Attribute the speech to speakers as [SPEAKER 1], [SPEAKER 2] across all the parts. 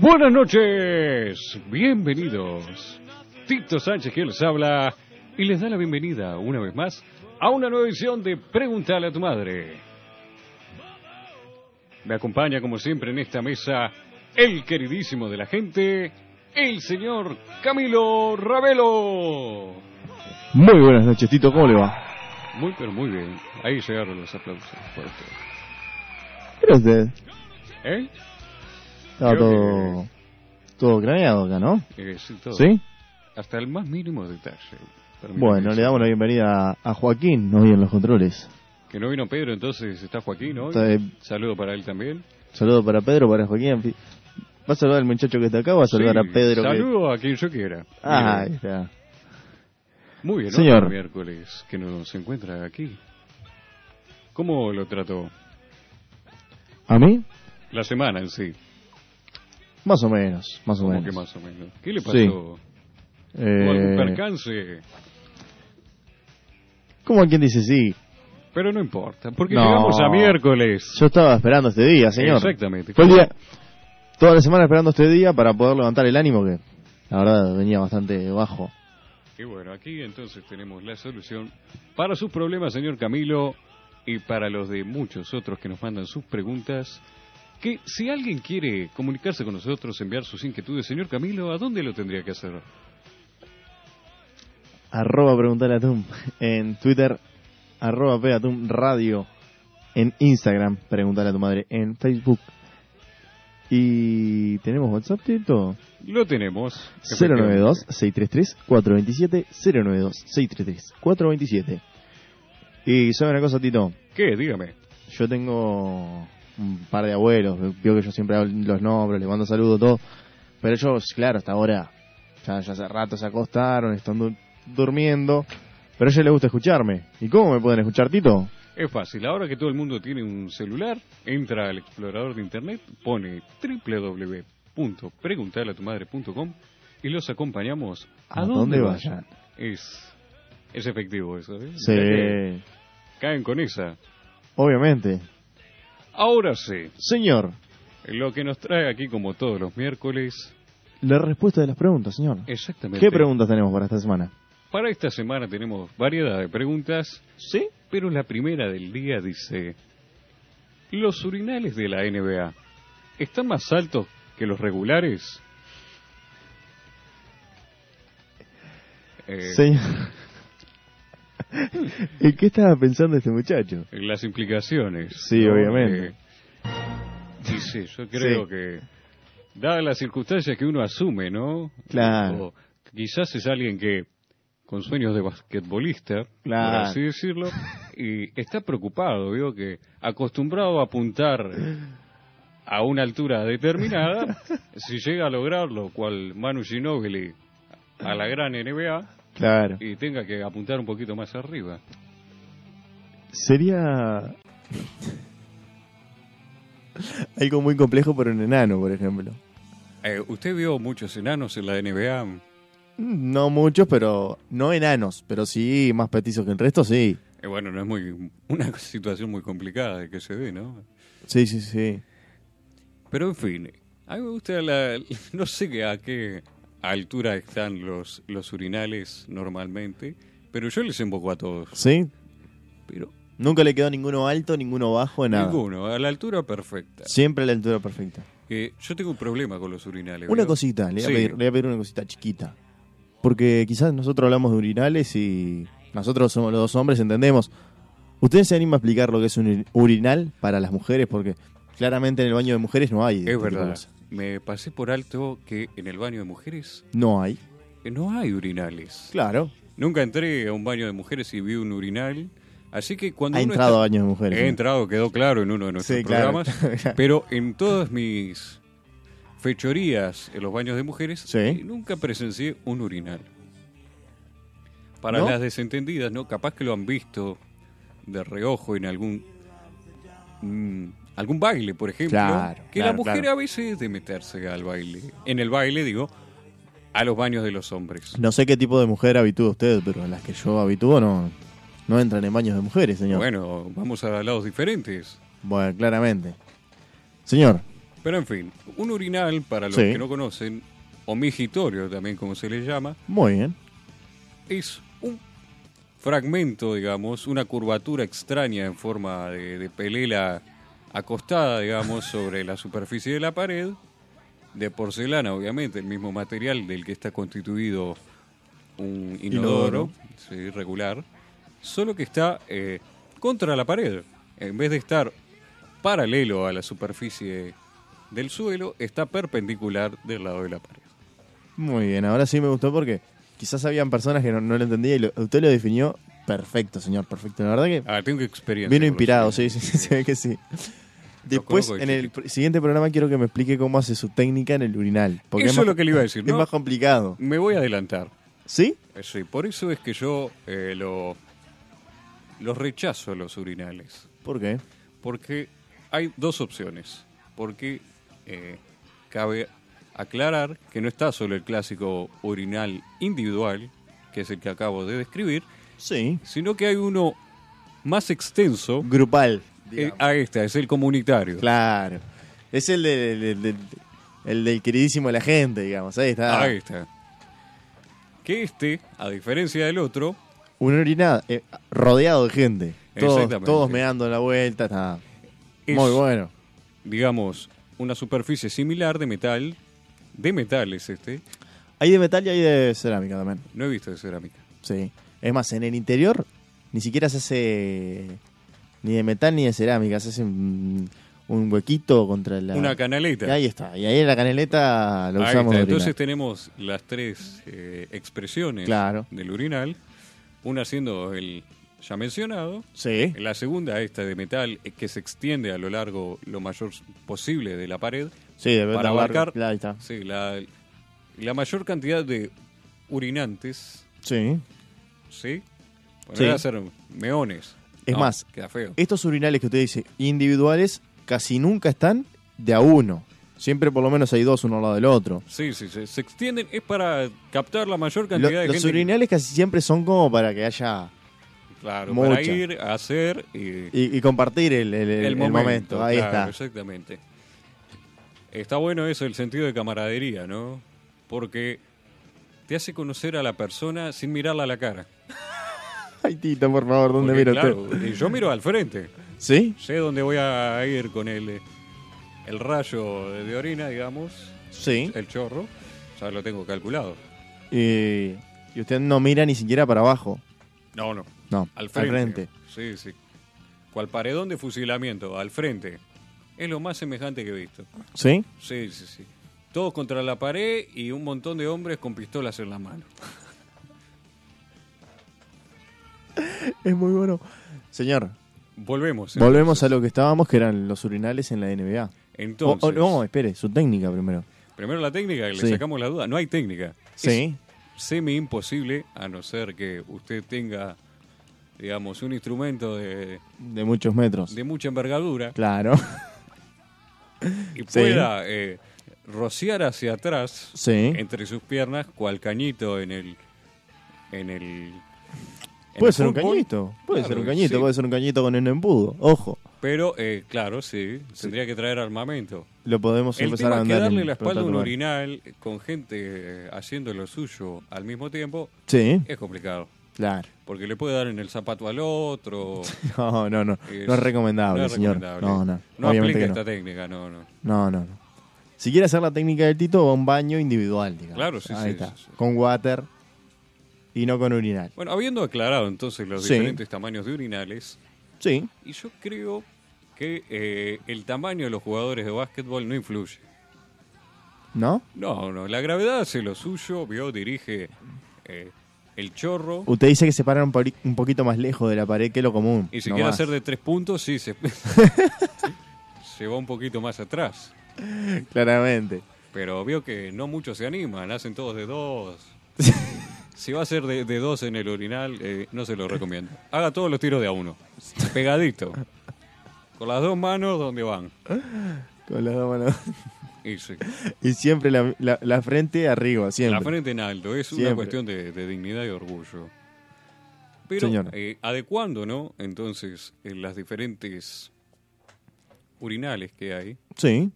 [SPEAKER 1] Buenas noches, bienvenidos. Tito Sánchez que les habla y les da la bienvenida una vez más a una nueva edición de Pregúntale a tu madre. Me acompaña como siempre en esta mesa el queridísimo de la gente, el señor Camilo Ravelo.
[SPEAKER 2] Muy buenas noches, Tito, ¿cómo le va?
[SPEAKER 1] Muy pero muy bien. Ahí llegaron los aplausos. fuertes.
[SPEAKER 2] Pero usted,
[SPEAKER 1] ¿Eh?
[SPEAKER 2] estaba
[SPEAKER 1] Creo
[SPEAKER 2] todo, todo craneado acá, ¿no?
[SPEAKER 1] Eh, sí, todo.
[SPEAKER 2] ¿Sí?
[SPEAKER 1] Hasta el más mínimo detalle. Permítame
[SPEAKER 2] Bueno,
[SPEAKER 1] decir.
[SPEAKER 2] le damos la bienvenida a Joaquín, hoy en los controles.
[SPEAKER 1] Que no vino Pedro, entonces está Joaquín hoy.
[SPEAKER 2] Está bien.
[SPEAKER 1] Saludo para él también.
[SPEAKER 2] Saludo para Pedro, para Joaquín. ¿Va a saludar al muchacho que está acá o va a saludar
[SPEAKER 1] Sí,
[SPEAKER 2] a Pedro? que-
[SPEAKER 1] Saludo a quien yo quiera.
[SPEAKER 2] Ah, ahí
[SPEAKER 1] Bien.
[SPEAKER 2] está.
[SPEAKER 1] Muy bien, ¿no?
[SPEAKER 2] Señor.
[SPEAKER 1] El miércoles que nos encuentra aquí. ¿Cómo lo trató?
[SPEAKER 2] ¿A mí?
[SPEAKER 1] La semana en sí,
[SPEAKER 2] Más o menos, más o
[SPEAKER 1] como
[SPEAKER 2] menos.
[SPEAKER 1] que más o menos. ¿Qué le
[SPEAKER 2] Sí.
[SPEAKER 1] pasó? ¿Tuvo algún
[SPEAKER 2] Eh,
[SPEAKER 1] percance?
[SPEAKER 2] ¿Cómo quien dice sí?
[SPEAKER 1] Pero no importa, porque
[SPEAKER 2] No.
[SPEAKER 1] llegamos a miércoles.
[SPEAKER 2] Yo estaba esperando este día, señor.
[SPEAKER 1] Exactamente.
[SPEAKER 2] Fue el día, toda la semana esperando este día para poder levantar el ánimo que, la verdad, venía bastante bajo.
[SPEAKER 1] Y bueno, aquí entonces tenemos la solución para sus problemas, señor Camilo, y para los de muchos otros que nos mandan sus preguntas. Que si alguien quiere comunicarse con nosotros, enviar sus inquietudes, señor Camilo, ¿a dónde lo tendría que hacer?
[SPEAKER 2] arroba preguntar a Tum en Twitter, arroba pegatum radio en Instagram, preguntar a tu madre en Facebook. Y tenemos WhatsApp, Tito.
[SPEAKER 1] Lo tenemos.
[SPEAKER 2] 092-633-427, 092-633-427. Y sabe una cosa, Tito,
[SPEAKER 1] ¿Qué? Dígame.
[SPEAKER 2] yo tengo un par de abuelos, veo que yo siempre hablo los nombres, les mando saludos, todo. Pero ellos, claro, hasta ahora, ya, ya hace rato se acostaron, están du- durmiendo. Pero a ellos les gusta escucharme. ¿Y cómo me pueden escuchar, Tito?
[SPEAKER 1] Es fácil. Ahora que todo el mundo tiene un celular, entra al explorador de internet, pone www.preguntalatumadre.com y los acompañamos a,
[SPEAKER 2] ¿A dónde vayan?
[SPEAKER 1] Es, es efectivo eso. ¿eh?
[SPEAKER 2] Sí,
[SPEAKER 1] Ya que Caen con esa.
[SPEAKER 2] obviamente.
[SPEAKER 1] Ahora sí,
[SPEAKER 2] Señor,
[SPEAKER 1] lo que nos trae aquí como todos los miércoles,
[SPEAKER 2] la respuesta de las preguntas, señor.
[SPEAKER 1] exactamente.
[SPEAKER 2] ¿Qué preguntas tenemos para esta semana?
[SPEAKER 1] Para esta semana tenemos variedad de preguntas,
[SPEAKER 2] ¿Sí?
[SPEAKER 1] pero la primera del día dice, ¿los urinales de la NBA están más altos que los regulares? Eh,
[SPEAKER 2] Señor. ¿En qué estaba pensando este muchacho?
[SPEAKER 1] Las implicaciones.
[SPEAKER 2] Sí, obviamente.
[SPEAKER 1] Eh, sí, sí, yo creo
[SPEAKER 2] Sí.
[SPEAKER 1] que, dadas las circunstancias que uno asume, ¿no?
[SPEAKER 2] Claro.
[SPEAKER 1] O quizás es alguien que, con sueños de basquetbolista, por
[SPEAKER 2] Claro.
[SPEAKER 1] así decirlo, y está preocupado, veo que acostumbrado a apuntar a una altura determinada, si llega a lograrlo, cual Manu Ginóbili a la gran NBA,
[SPEAKER 2] Claro.
[SPEAKER 1] y tenga que apuntar un poquito más arriba.
[SPEAKER 2] Sería algo muy complejo para un enano, por ejemplo.
[SPEAKER 1] Eh, ¿Usted vio muchos enanos en la NBA?
[SPEAKER 2] Mm, No muchos, pero no enanos, pero sí más petizos que el resto, sí.
[SPEAKER 1] Eh, bueno, no es muy una situación muy complicada de que se dé, ¿no?
[SPEAKER 2] Sí, sí, sí.
[SPEAKER 1] Pero en fin, a mí me gusta la... No sé a qué altura están los, los urinales normalmente, pero yo les emboco a todos.
[SPEAKER 2] Sí.
[SPEAKER 1] Pero
[SPEAKER 2] Nunca le quedó ninguno alto, ninguno bajo, nada.
[SPEAKER 1] ninguno, a la altura perfecta.
[SPEAKER 2] Siempre a la altura perfecta.
[SPEAKER 1] Eh, yo tengo un problema con los urinales.
[SPEAKER 2] Una
[SPEAKER 1] ¿vio?
[SPEAKER 2] cosita, le voy,
[SPEAKER 1] Sí.
[SPEAKER 2] a pedir, le voy a pedir una cosita chiquita. Porque quizás nosotros hablamos de urinales y nosotros somos los dos hombres, entendemos. ¿Usted se anima a explicar lo que es un uri- urinal para las mujeres? Porque claramente en el baño de mujeres no hay. este
[SPEAKER 1] Es
[SPEAKER 2] tipo de
[SPEAKER 1] verdad.
[SPEAKER 2] cosas.
[SPEAKER 1] Me pasé por alto que en el baño de mujeres
[SPEAKER 2] No hay.
[SPEAKER 1] eh, no hay urinales.
[SPEAKER 2] Claro.
[SPEAKER 1] Nunca entré a un baño de mujeres y vi un urinal. Así que cuando
[SPEAKER 2] Ha
[SPEAKER 1] uno
[SPEAKER 2] entrado a
[SPEAKER 1] está-
[SPEAKER 2] baños de mujeres.
[SPEAKER 1] He entrado, quedó claro en uno de nuestros
[SPEAKER 2] Sí, claro.
[SPEAKER 1] programas. Pero en todas mis fechorías en los baños de mujeres,
[SPEAKER 2] Sí.
[SPEAKER 1] eh, nunca presencié un urinal. Para
[SPEAKER 2] ¿No?
[SPEAKER 1] las desentendidas, ¿no? Capaz que lo han visto de reojo en algún. mm, algún baile, por ejemplo.
[SPEAKER 2] Claro,
[SPEAKER 1] que la
[SPEAKER 2] claro,
[SPEAKER 1] mujer
[SPEAKER 2] claro.
[SPEAKER 1] a veces es de meterse al baile. En el baile, digo, a los baños de los hombres.
[SPEAKER 2] No sé qué tipo de mujer habitúa usted, pero las que yo habitúo no, no entran en baños de mujeres, señor.
[SPEAKER 1] Bueno, vamos a lados diferentes.
[SPEAKER 2] Bueno, claramente. Señor,
[SPEAKER 1] Pero en fin, un urinal, para los
[SPEAKER 2] Sí.
[SPEAKER 1] que no conocen, o migitorio también como se le llama,
[SPEAKER 2] muy bien.
[SPEAKER 1] es un fragmento, digamos, una curvatura extraña en forma de, de pelela acostada, digamos, sobre la superficie de la pared, de porcelana, obviamente, el mismo material del que está constituido un
[SPEAKER 2] Inodoro.
[SPEAKER 1] inodoro, sí, regular, solo que está eh, contra la pared. En vez de estar paralelo a la superficie del suelo, está perpendicular del lado de la pared.
[SPEAKER 2] Muy bien, ahora sí me gustó porque quizás habían personas que no, no lo entendía y lo- usted lo definió perfecto, señor, perfecto. La verdad que
[SPEAKER 1] Ah, tengo experiencia.
[SPEAKER 2] vino
[SPEAKER 1] con los
[SPEAKER 2] inspirado,
[SPEAKER 1] urinales.
[SPEAKER 2] sí, sí, sí, se ve que sí. Después,
[SPEAKER 1] conozco de
[SPEAKER 2] en el
[SPEAKER 1] chiquito.
[SPEAKER 2] pr- siguiente programa quiero que me explique cómo hace su técnica en el urinal. Porque
[SPEAKER 1] Eso
[SPEAKER 2] más-
[SPEAKER 1] es lo que le iba a decir,
[SPEAKER 2] Es
[SPEAKER 1] ¿no?
[SPEAKER 2] más complicado.
[SPEAKER 1] Me voy a adelantar.
[SPEAKER 2] ¿Sí?
[SPEAKER 1] Eh, Sí, por eso es que yo eh, lo, los rechazo a los urinales.
[SPEAKER 2] ¿Por qué?
[SPEAKER 1] Porque hay dos opciones. Porque eh, cabe aclarar que no está solo el clásico urinal individual, que es el que acabo de describir,
[SPEAKER 2] Sí.
[SPEAKER 1] sino que hay uno más extenso.
[SPEAKER 2] Grupal.
[SPEAKER 1] Eh,
[SPEAKER 2] digamos.
[SPEAKER 1] a esta, es el comunitario.
[SPEAKER 2] Claro. Es el del, del- del- el del queridísimo de la gente, digamos. Ahí está.
[SPEAKER 1] Ahí está. Que este, a diferencia del otro,
[SPEAKER 2] Un urinal eh, rodeado de gente. Todos,
[SPEAKER 1] Exactamente.
[SPEAKER 2] todos meando la vuelta. Está
[SPEAKER 1] es
[SPEAKER 2] muy bueno.
[SPEAKER 1] digamos, una superficie similar de metal. De metal es este.
[SPEAKER 2] Hay de metal y hay de cerámica también.
[SPEAKER 1] No he visto de cerámica.
[SPEAKER 2] Sí. Es más, en el interior ni siquiera se hace ni de metal ni de cerámica. Se hace un, un huequito contra la...
[SPEAKER 1] Una canaleta.
[SPEAKER 2] Y ahí está. Y ahí en la caneleta lo
[SPEAKER 1] Ahí
[SPEAKER 2] usamos.
[SPEAKER 1] está.
[SPEAKER 2] de orinar.
[SPEAKER 1] Entonces tenemos las tres eh, expresiones
[SPEAKER 2] Claro.
[SPEAKER 1] del urinal. Una siendo el ya mencionado.
[SPEAKER 2] Sí.
[SPEAKER 1] La segunda, esta de metal, eh, que se extiende a lo largo lo mayor posible de la pared.
[SPEAKER 2] Sí, de
[SPEAKER 1] para abarcar-
[SPEAKER 2] Ahí está.
[SPEAKER 1] Sí, la, la mayor cantidad de urinantes,
[SPEAKER 2] Sí.
[SPEAKER 1] ¿sí? Para
[SPEAKER 2] Sí.
[SPEAKER 1] hacer meones.
[SPEAKER 2] Es
[SPEAKER 1] No,
[SPEAKER 2] más,
[SPEAKER 1] Queda feo.
[SPEAKER 2] Estos urinales que usted dice individuales casi nunca están de a uno. Siempre por lo menos hay dos uno al lado del otro.
[SPEAKER 1] Sí, sí, se, se extienden, es para captar la mayor
[SPEAKER 2] Lo-
[SPEAKER 1] cantidad de
[SPEAKER 2] los
[SPEAKER 1] gente. que-
[SPEAKER 2] urinales casi siempre son como para que haya...
[SPEAKER 1] Claro,
[SPEAKER 2] Mucha.
[SPEAKER 1] para ir a hacer eh,
[SPEAKER 2] Y, y compartir el, el- el-
[SPEAKER 1] el,
[SPEAKER 2] el
[SPEAKER 1] momento.
[SPEAKER 2] Ahí
[SPEAKER 1] claro,
[SPEAKER 2] está.
[SPEAKER 1] Exactamente. Está bueno eso, el sentido de camaradería, ¿no? Porque te hace conocer a la persona sin mirarla a la cara.
[SPEAKER 2] Ay, Tito, por favor, ¿dónde
[SPEAKER 1] Porque,
[SPEAKER 2] mira
[SPEAKER 1] claro,
[SPEAKER 2] usted?
[SPEAKER 1] eh, yo miro al frente.
[SPEAKER 2] ¿Sí?
[SPEAKER 1] Sé dónde voy a ir con el, eh, el rayo de orina, digamos,
[SPEAKER 2] Sí.
[SPEAKER 1] el chorro. Ya lo tengo calculado.
[SPEAKER 2] Y, y usted no mira ni siquiera para abajo.
[SPEAKER 1] No, no.
[SPEAKER 2] No,
[SPEAKER 1] Al frente. Sí, sí. Cual paredón de fusilamiento, al frente. Es lo más semejante que he visto.
[SPEAKER 2] ¿Sí?
[SPEAKER 1] Sí, sí, sí. Todos contra la pared y un montón de hombres con pistolas en la mano.
[SPEAKER 2] Es muy bueno. Señor,
[SPEAKER 1] Volvemos. ¿eh?
[SPEAKER 2] volvemos a lo que estábamos, que eran los urinales en la NBA. O-
[SPEAKER 1] Entonces,
[SPEAKER 2] o- Oh, no, espere, su técnica primero.
[SPEAKER 1] primero la técnica, que le
[SPEAKER 2] Sí.
[SPEAKER 1] sacamos la duda. No hay técnica.
[SPEAKER 2] Sí.
[SPEAKER 1] Es semi imposible, a no ser que usted tenga, digamos, un instrumento de,
[SPEAKER 2] De muchos metros.
[SPEAKER 1] de mucha envergadura
[SPEAKER 2] Claro.
[SPEAKER 1] y
[SPEAKER 2] Sí.
[SPEAKER 1] pueda eh, rociar hacia atrás
[SPEAKER 2] Sí.
[SPEAKER 1] entre sus piernas, cual cañito en el. En el en
[SPEAKER 2] Puede
[SPEAKER 1] el
[SPEAKER 2] ser un
[SPEAKER 1] fútbol.
[SPEAKER 2] cañito, puede
[SPEAKER 1] Claro
[SPEAKER 2] ser un
[SPEAKER 1] que
[SPEAKER 2] cañito,
[SPEAKER 1] sí.
[SPEAKER 2] puede ser un cañito con un embudo. Ojo,
[SPEAKER 1] Pero, eh, claro, sí, tendría que traer armamento.
[SPEAKER 2] lo podemos
[SPEAKER 1] El
[SPEAKER 2] empezar a
[SPEAKER 1] tema es que
[SPEAKER 2] andar. en-
[SPEAKER 1] darle la espalda a
[SPEAKER 2] pronto
[SPEAKER 1] un
[SPEAKER 2] lugar.
[SPEAKER 1] urinal eh, con gente eh, haciendo lo suyo al mismo tiempo
[SPEAKER 2] Sí,
[SPEAKER 1] es complicado.
[SPEAKER 2] claro.
[SPEAKER 1] Porque le puede dar en el zapato al otro.
[SPEAKER 2] No, no, no.
[SPEAKER 1] Es-
[SPEAKER 2] no es recomendable,
[SPEAKER 1] no es
[SPEAKER 2] señor.
[SPEAKER 1] recomendable.
[SPEAKER 2] No, no.
[SPEAKER 1] No
[SPEAKER 2] obviamente
[SPEAKER 1] aplica
[SPEAKER 2] que
[SPEAKER 1] esta
[SPEAKER 2] no.
[SPEAKER 1] técnica, no, no.
[SPEAKER 2] no, no, no. Si quiere hacer la técnica del Tito, va a un baño individual, digamos.
[SPEAKER 1] Claro, sí,
[SPEAKER 2] Ahí
[SPEAKER 1] sí,
[SPEAKER 2] está.
[SPEAKER 1] sí, sí.
[SPEAKER 2] Con water y no con urinal.
[SPEAKER 1] Bueno, habiendo aclarado entonces los
[SPEAKER 2] Sí.
[SPEAKER 1] diferentes tamaños de urinales,
[SPEAKER 2] Sí.
[SPEAKER 1] y yo creo que eh, el tamaño de los jugadores de básquetbol no influye.
[SPEAKER 2] ¿No?
[SPEAKER 1] No, no, la gravedad hace lo suyo, vio, dirige eh, el chorro.
[SPEAKER 2] Usted dice que se paran un, pori- un poquito más lejos de la pared que lo común.
[SPEAKER 1] Y si
[SPEAKER 2] no
[SPEAKER 1] quiere
[SPEAKER 2] más.
[SPEAKER 1] hacer de tres puntos, sí, se, se va un poquito más atrás.
[SPEAKER 2] Claramente.
[SPEAKER 1] Pero veo que no muchos se animan, hacen todos de dos. Si va a ser de, de dos en el urinal, eh, no se lo recomiendo. Haga todos los tiros de a uno, pegadito. Con las dos manos donde van.
[SPEAKER 2] Con las dos manos.
[SPEAKER 1] Y sí,
[SPEAKER 2] Y siempre la, la- la frente arriba, siempre.
[SPEAKER 1] la frente en alto, es una
[SPEAKER 2] Siempre.
[SPEAKER 1] cuestión de, de dignidad y orgullo. Pero
[SPEAKER 2] Señora.
[SPEAKER 1] eh, adecuando, ¿no? Entonces, en las diferentes urinales que hay,
[SPEAKER 2] Sí.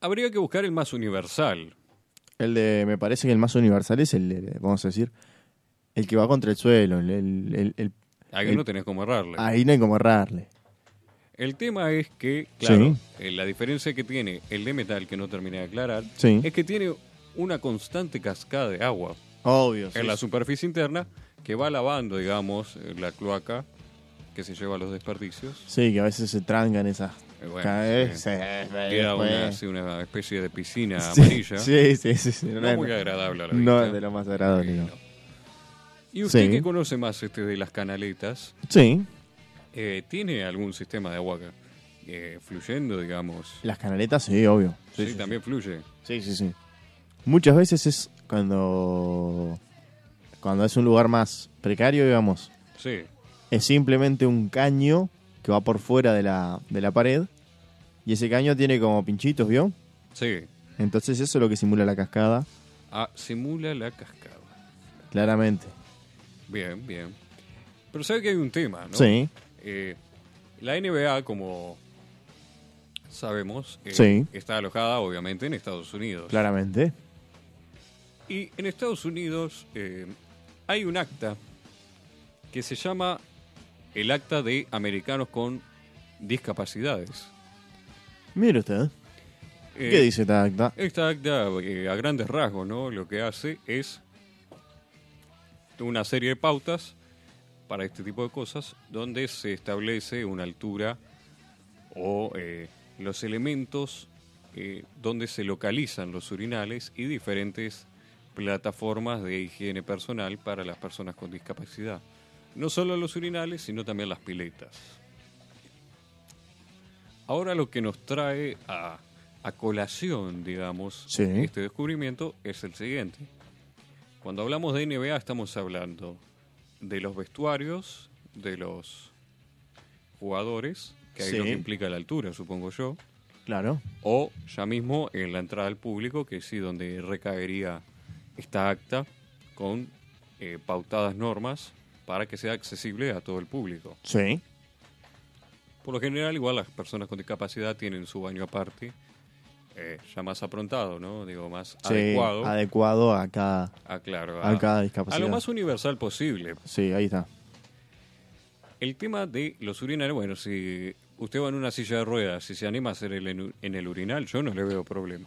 [SPEAKER 1] habría que buscar el más universal.
[SPEAKER 2] El de, me parece que el más universal es el, de- vamos a decir, el que va contra el suelo. el- el- el- el-
[SPEAKER 1] A que
[SPEAKER 2] El- Ah.
[SPEAKER 1] no tenés como errarle.
[SPEAKER 2] ahí no hay como errarle.
[SPEAKER 1] El tema es que, claro,
[SPEAKER 2] Sí.
[SPEAKER 1] eh, la diferencia que tiene el de metal, que no terminé de aclarar,
[SPEAKER 2] Sí.
[SPEAKER 1] es que tiene una constante cascada de agua
[SPEAKER 2] Obvio. sí.
[SPEAKER 1] en la superficie interna que va lavando, digamos, eh, la cloaca que se lleva a los desperdicios.
[SPEAKER 2] Sí, que a veces se trancan esas.
[SPEAKER 1] Eh, bueno,
[SPEAKER 2] cada vez,
[SPEAKER 1] sí.
[SPEAKER 2] eh,
[SPEAKER 1] Queda una,
[SPEAKER 2] después.
[SPEAKER 1] así, una especie de piscina
[SPEAKER 2] Sí,
[SPEAKER 1] amarilla.
[SPEAKER 2] Sí, sí, sí. sí,
[SPEAKER 1] No
[SPEAKER 2] no,
[SPEAKER 1] muy agradable a la
[SPEAKER 2] no
[SPEAKER 1] vista. Eh,
[SPEAKER 2] es de lo más agradable. no.
[SPEAKER 1] ¿Y usted
[SPEAKER 2] Sí.
[SPEAKER 1] que conoce más este de las canaletas,
[SPEAKER 2] Sí.
[SPEAKER 1] eh, tiene algún sistema de agua que- eh, fluyendo, digamos?
[SPEAKER 2] Las canaletas, sí, obvio.
[SPEAKER 1] Sí, también fluye.
[SPEAKER 2] Sí, sí, sí. Muchas veces es cuando. Cuando es un lugar más precario, digamos.
[SPEAKER 1] Sí,
[SPEAKER 2] Es simplemente un caño que va por fuera de la, de la pared. Y ese caño tiene como pinchitos, ¿vio?
[SPEAKER 1] sí.
[SPEAKER 2] Entonces eso es lo que simula la cascada,
[SPEAKER 1] Ah, simula la cascada.
[SPEAKER 2] claramente.
[SPEAKER 1] Bien, bien. Pero sabe que hay un tema, ¿no?
[SPEAKER 2] Sí,
[SPEAKER 1] Eh, la NBA, como sabemos, eh,
[SPEAKER 2] Sí.
[SPEAKER 1] está alojada obviamente en Estados Unidos.
[SPEAKER 2] claramente.
[SPEAKER 1] Y en Estados Unidos eh, hay un acta que se llama el Acta de Americanos con Discapacidades.
[SPEAKER 2] Mire usted.
[SPEAKER 1] Eh,
[SPEAKER 2] ¿Qué dice esta acta?
[SPEAKER 1] Esta acta, eh, a grandes rasgos, ¿no? lo que hace es una serie de pautas para este tipo de cosas, donde se establece una altura o eh, los elementos eh, donde se localizan los urinales y diferentes plataformas de higiene personal para las personas con discapacidad. No solo los urinales, sino también las piletas. Ahora lo que nos trae a, a colación, digamos,
[SPEAKER 2] Sí.
[SPEAKER 1] este descubrimiento es el siguiente. Cuando hablamos de NBA estamos hablando de los vestuarios, de los jugadores, que ahí
[SPEAKER 2] Sí.
[SPEAKER 1] lo que implica la altura, supongo yo,
[SPEAKER 2] Claro.
[SPEAKER 1] o ya mismo en la entrada al público, que sí, donde recaería esta acta con eh, pautadas normas para que sea accesible a todo el público.
[SPEAKER 2] Sí.
[SPEAKER 1] Por lo general, igual las personas con discapacidad tienen su baño aparte, eh, ya más aprontado, ¿no? Digo, más
[SPEAKER 2] Sí,
[SPEAKER 1] adecuado.
[SPEAKER 2] adecuado a cada...
[SPEAKER 1] Ah, claro,
[SPEAKER 2] a cada discapacidad.
[SPEAKER 1] a lo más universal posible.
[SPEAKER 2] Sí, ahí está.
[SPEAKER 1] El tema de los urinarios, bueno, si usted va en una silla de ruedas, si se anima a hacer el en, en el urinal, yo no le veo problema.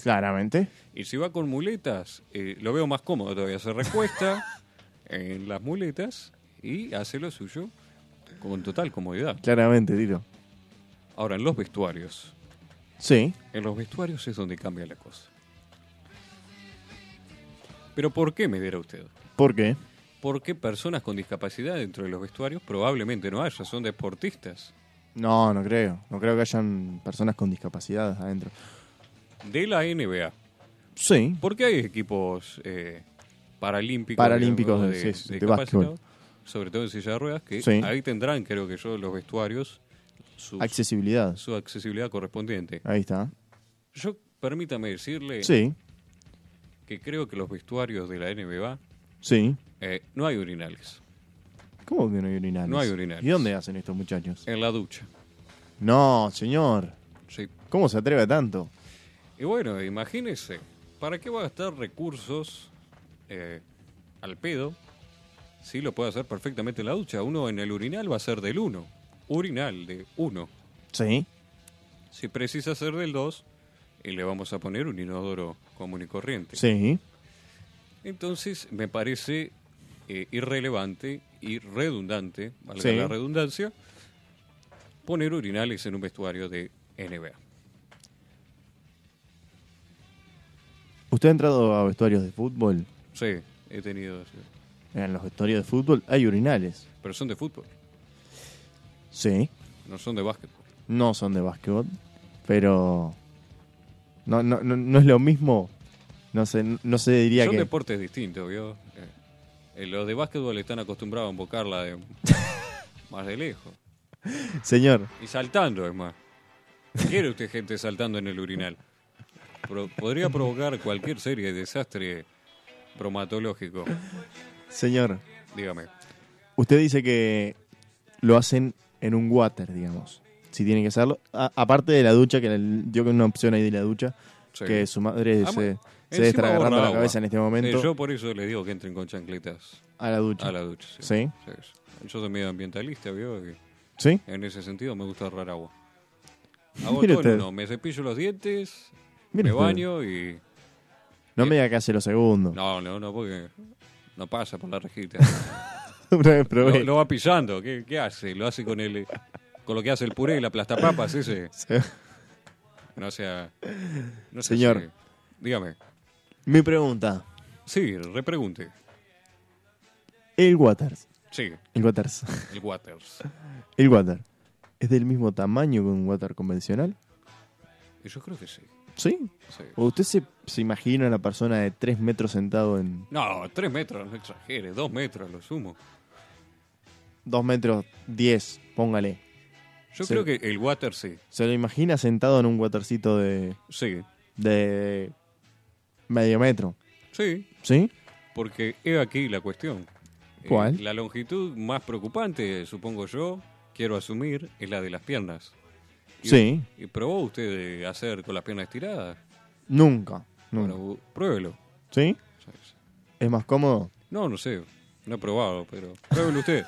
[SPEAKER 2] Claramente.
[SPEAKER 1] Y si va con muletas, eh, lo veo más cómodo todavía. Se recuesta en las muletas y hace lo suyo con total comodidad.
[SPEAKER 2] Claramente, Tito.
[SPEAKER 1] Ahora, en los vestuarios.
[SPEAKER 2] Sí.
[SPEAKER 1] En los vestuarios es donde cambia la cosa. Pero ¿por qué me dirá usted?
[SPEAKER 2] ¿Por qué?
[SPEAKER 1] ¿Por qué personas con discapacidad dentro de los vestuarios probablemente no haya? Son deportistas.
[SPEAKER 2] No, no creo. No creo que hayan personas con discapacidades adentro.
[SPEAKER 1] De la NBA.
[SPEAKER 2] Sí.
[SPEAKER 1] ¿Por qué hay equipos eh, paralímpicos?
[SPEAKER 2] Paralímpicos,
[SPEAKER 1] digamos,
[SPEAKER 2] sí, sí, de básquetbol.
[SPEAKER 1] discapacitados, Sobre todo en silla de ruedas, que
[SPEAKER 2] Sí.
[SPEAKER 1] ahí tendrán, creo que yo, los vestuarios, su,
[SPEAKER 2] Accesibilidad.
[SPEAKER 1] su accesibilidad correspondiente.
[SPEAKER 2] Ahí está.
[SPEAKER 1] Yo, permítame decirle
[SPEAKER 2] Sí.
[SPEAKER 1] que creo que los vestuarios de la NBA
[SPEAKER 2] Sí.
[SPEAKER 1] eh, no hay urinales.
[SPEAKER 2] ¿Cómo que no hay urinales?
[SPEAKER 1] No hay urinales.
[SPEAKER 2] ¿Y dónde hacen estos muchachos?
[SPEAKER 1] En la ducha.
[SPEAKER 2] No, señor.
[SPEAKER 1] Sí.
[SPEAKER 2] ¿Cómo se atreve a tanto?
[SPEAKER 1] Y bueno, imagínese, ¿para qué va a gastar recursos eh, al pedo si lo puede hacer perfectamente en la ducha? Uno en el urinal va a ser del 1. Urinal de 1.
[SPEAKER 2] Sí.
[SPEAKER 1] Si precisa ser del 2, y le vamos a poner un inodoro común y corriente.
[SPEAKER 2] Sí.
[SPEAKER 1] Entonces, me parece eh, irrelevante y redundante, valga
[SPEAKER 2] Sí.
[SPEAKER 1] la redundancia, poner urinales en un vestuario de NBA.
[SPEAKER 2] ¿Usted ha entrado a vestuarios de fútbol?
[SPEAKER 1] Sí, he tenido. sí.
[SPEAKER 2] En los vestuarios de fútbol hay urinales.
[SPEAKER 1] Pero son de fútbol,
[SPEAKER 2] Sí.
[SPEAKER 1] no son de básquetbol.
[SPEAKER 2] No son de básquetbol, pero no, no, no, no es lo mismo. No sé, no se diría
[SPEAKER 1] Son
[SPEAKER 2] que
[SPEAKER 1] deportes distintos, ¿vio? Eh, eh, los de básquetbol están acostumbrados a embocarla de, más de lejos.
[SPEAKER 2] señor.
[SPEAKER 1] Y saltando, es más. ¿Quiere usted gente saltando en el urinal? Pro- podría provocar cualquier serie de desastre bromatológico.
[SPEAKER 2] Señor,
[SPEAKER 1] Dígame.
[SPEAKER 2] usted dice que lo hacen en un water, digamos. si tiene que hacerlo. A- aparte de la ducha, que la- dio que una opción ahí de la ducha,
[SPEAKER 1] Sí.
[SPEAKER 2] que su madre
[SPEAKER 1] Ah,
[SPEAKER 2] se,
[SPEAKER 1] bueno.
[SPEAKER 2] se
[SPEAKER 1] Encima
[SPEAKER 2] está agarrando
[SPEAKER 1] borra
[SPEAKER 2] la
[SPEAKER 1] agua.
[SPEAKER 2] cabeza en este
[SPEAKER 1] Eh,
[SPEAKER 2] momento
[SPEAKER 1] yo por eso les digo que entren con chancletas
[SPEAKER 2] a la ducha.
[SPEAKER 1] a la ducha. sí.
[SPEAKER 2] ¿Sí?
[SPEAKER 1] Sí, sí. Yo soy medio ambientalista, ¿vio? Que
[SPEAKER 2] ¿Sí?
[SPEAKER 1] En ese sentido me gusta ahorrar agua. Hago
[SPEAKER 2] Mire
[SPEAKER 1] todo en
[SPEAKER 2] usted.
[SPEAKER 1] uno. Me cepillo los dientes,
[SPEAKER 2] Mire
[SPEAKER 1] me
[SPEAKER 2] usted.
[SPEAKER 1] baño y...
[SPEAKER 2] No me diga que hace lo segundo.
[SPEAKER 1] Eh, No, no, no, porque no pasa por la rejita.
[SPEAKER 2] Una vez
[SPEAKER 1] lo,
[SPEAKER 2] probé.
[SPEAKER 1] lo va pisando. ¿Qué, qué hace? Lo hace con el... Con lo que hace el puré y la plastapapas ese.
[SPEAKER 2] Se-
[SPEAKER 1] No sea... No sea
[SPEAKER 2] Señor.
[SPEAKER 1] así. Dígame.
[SPEAKER 2] Mi pregunta,
[SPEAKER 1] Sí, repregunte.
[SPEAKER 2] el Waters,
[SPEAKER 1] Sí,
[SPEAKER 2] el Waters,
[SPEAKER 1] el Waters.
[SPEAKER 2] el Water, ¿es del mismo tamaño que un Water convencional?
[SPEAKER 1] Y Yo creo que sí.
[SPEAKER 2] ¿Sí?
[SPEAKER 1] sí.
[SPEAKER 2] ¿O usted se, se imagina una persona de 3 metros sentado en
[SPEAKER 1] No, tres metros, no exagere, dos metros a lo sumo.
[SPEAKER 2] 2 metros 10, póngale?
[SPEAKER 1] Yo
[SPEAKER 2] Sí.
[SPEAKER 1] creo que el water sí.
[SPEAKER 2] ¿Se lo imagina sentado en un Watercito de,
[SPEAKER 1] Sí,
[SPEAKER 2] de medio metro?
[SPEAKER 1] sí,
[SPEAKER 2] ¿Sí?
[SPEAKER 1] porque he aquí la cuestión. Eh,
[SPEAKER 2] ¿Cuál?
[SPEAKER 1] la longitud más preocupante, supongo yo, quiero asumir, es la de las piernas. Y-
[SPEAKER 2] Sí.
[SPEAKER 1] ¿Y probó usted de hacer con las piernas estiradas?
[SPEAKER 2] Nunca. nunca.
[SPEAKER 1] Bueno, bu-
[SPEAKER 2] Mm.
[SPEAKER 1] pruébelo.
[SPEAKER 2] ¿Sí? ¿Es más cómodo?
[SPEAKER 1] No, no sé, no he probado, pero pruébelo usted.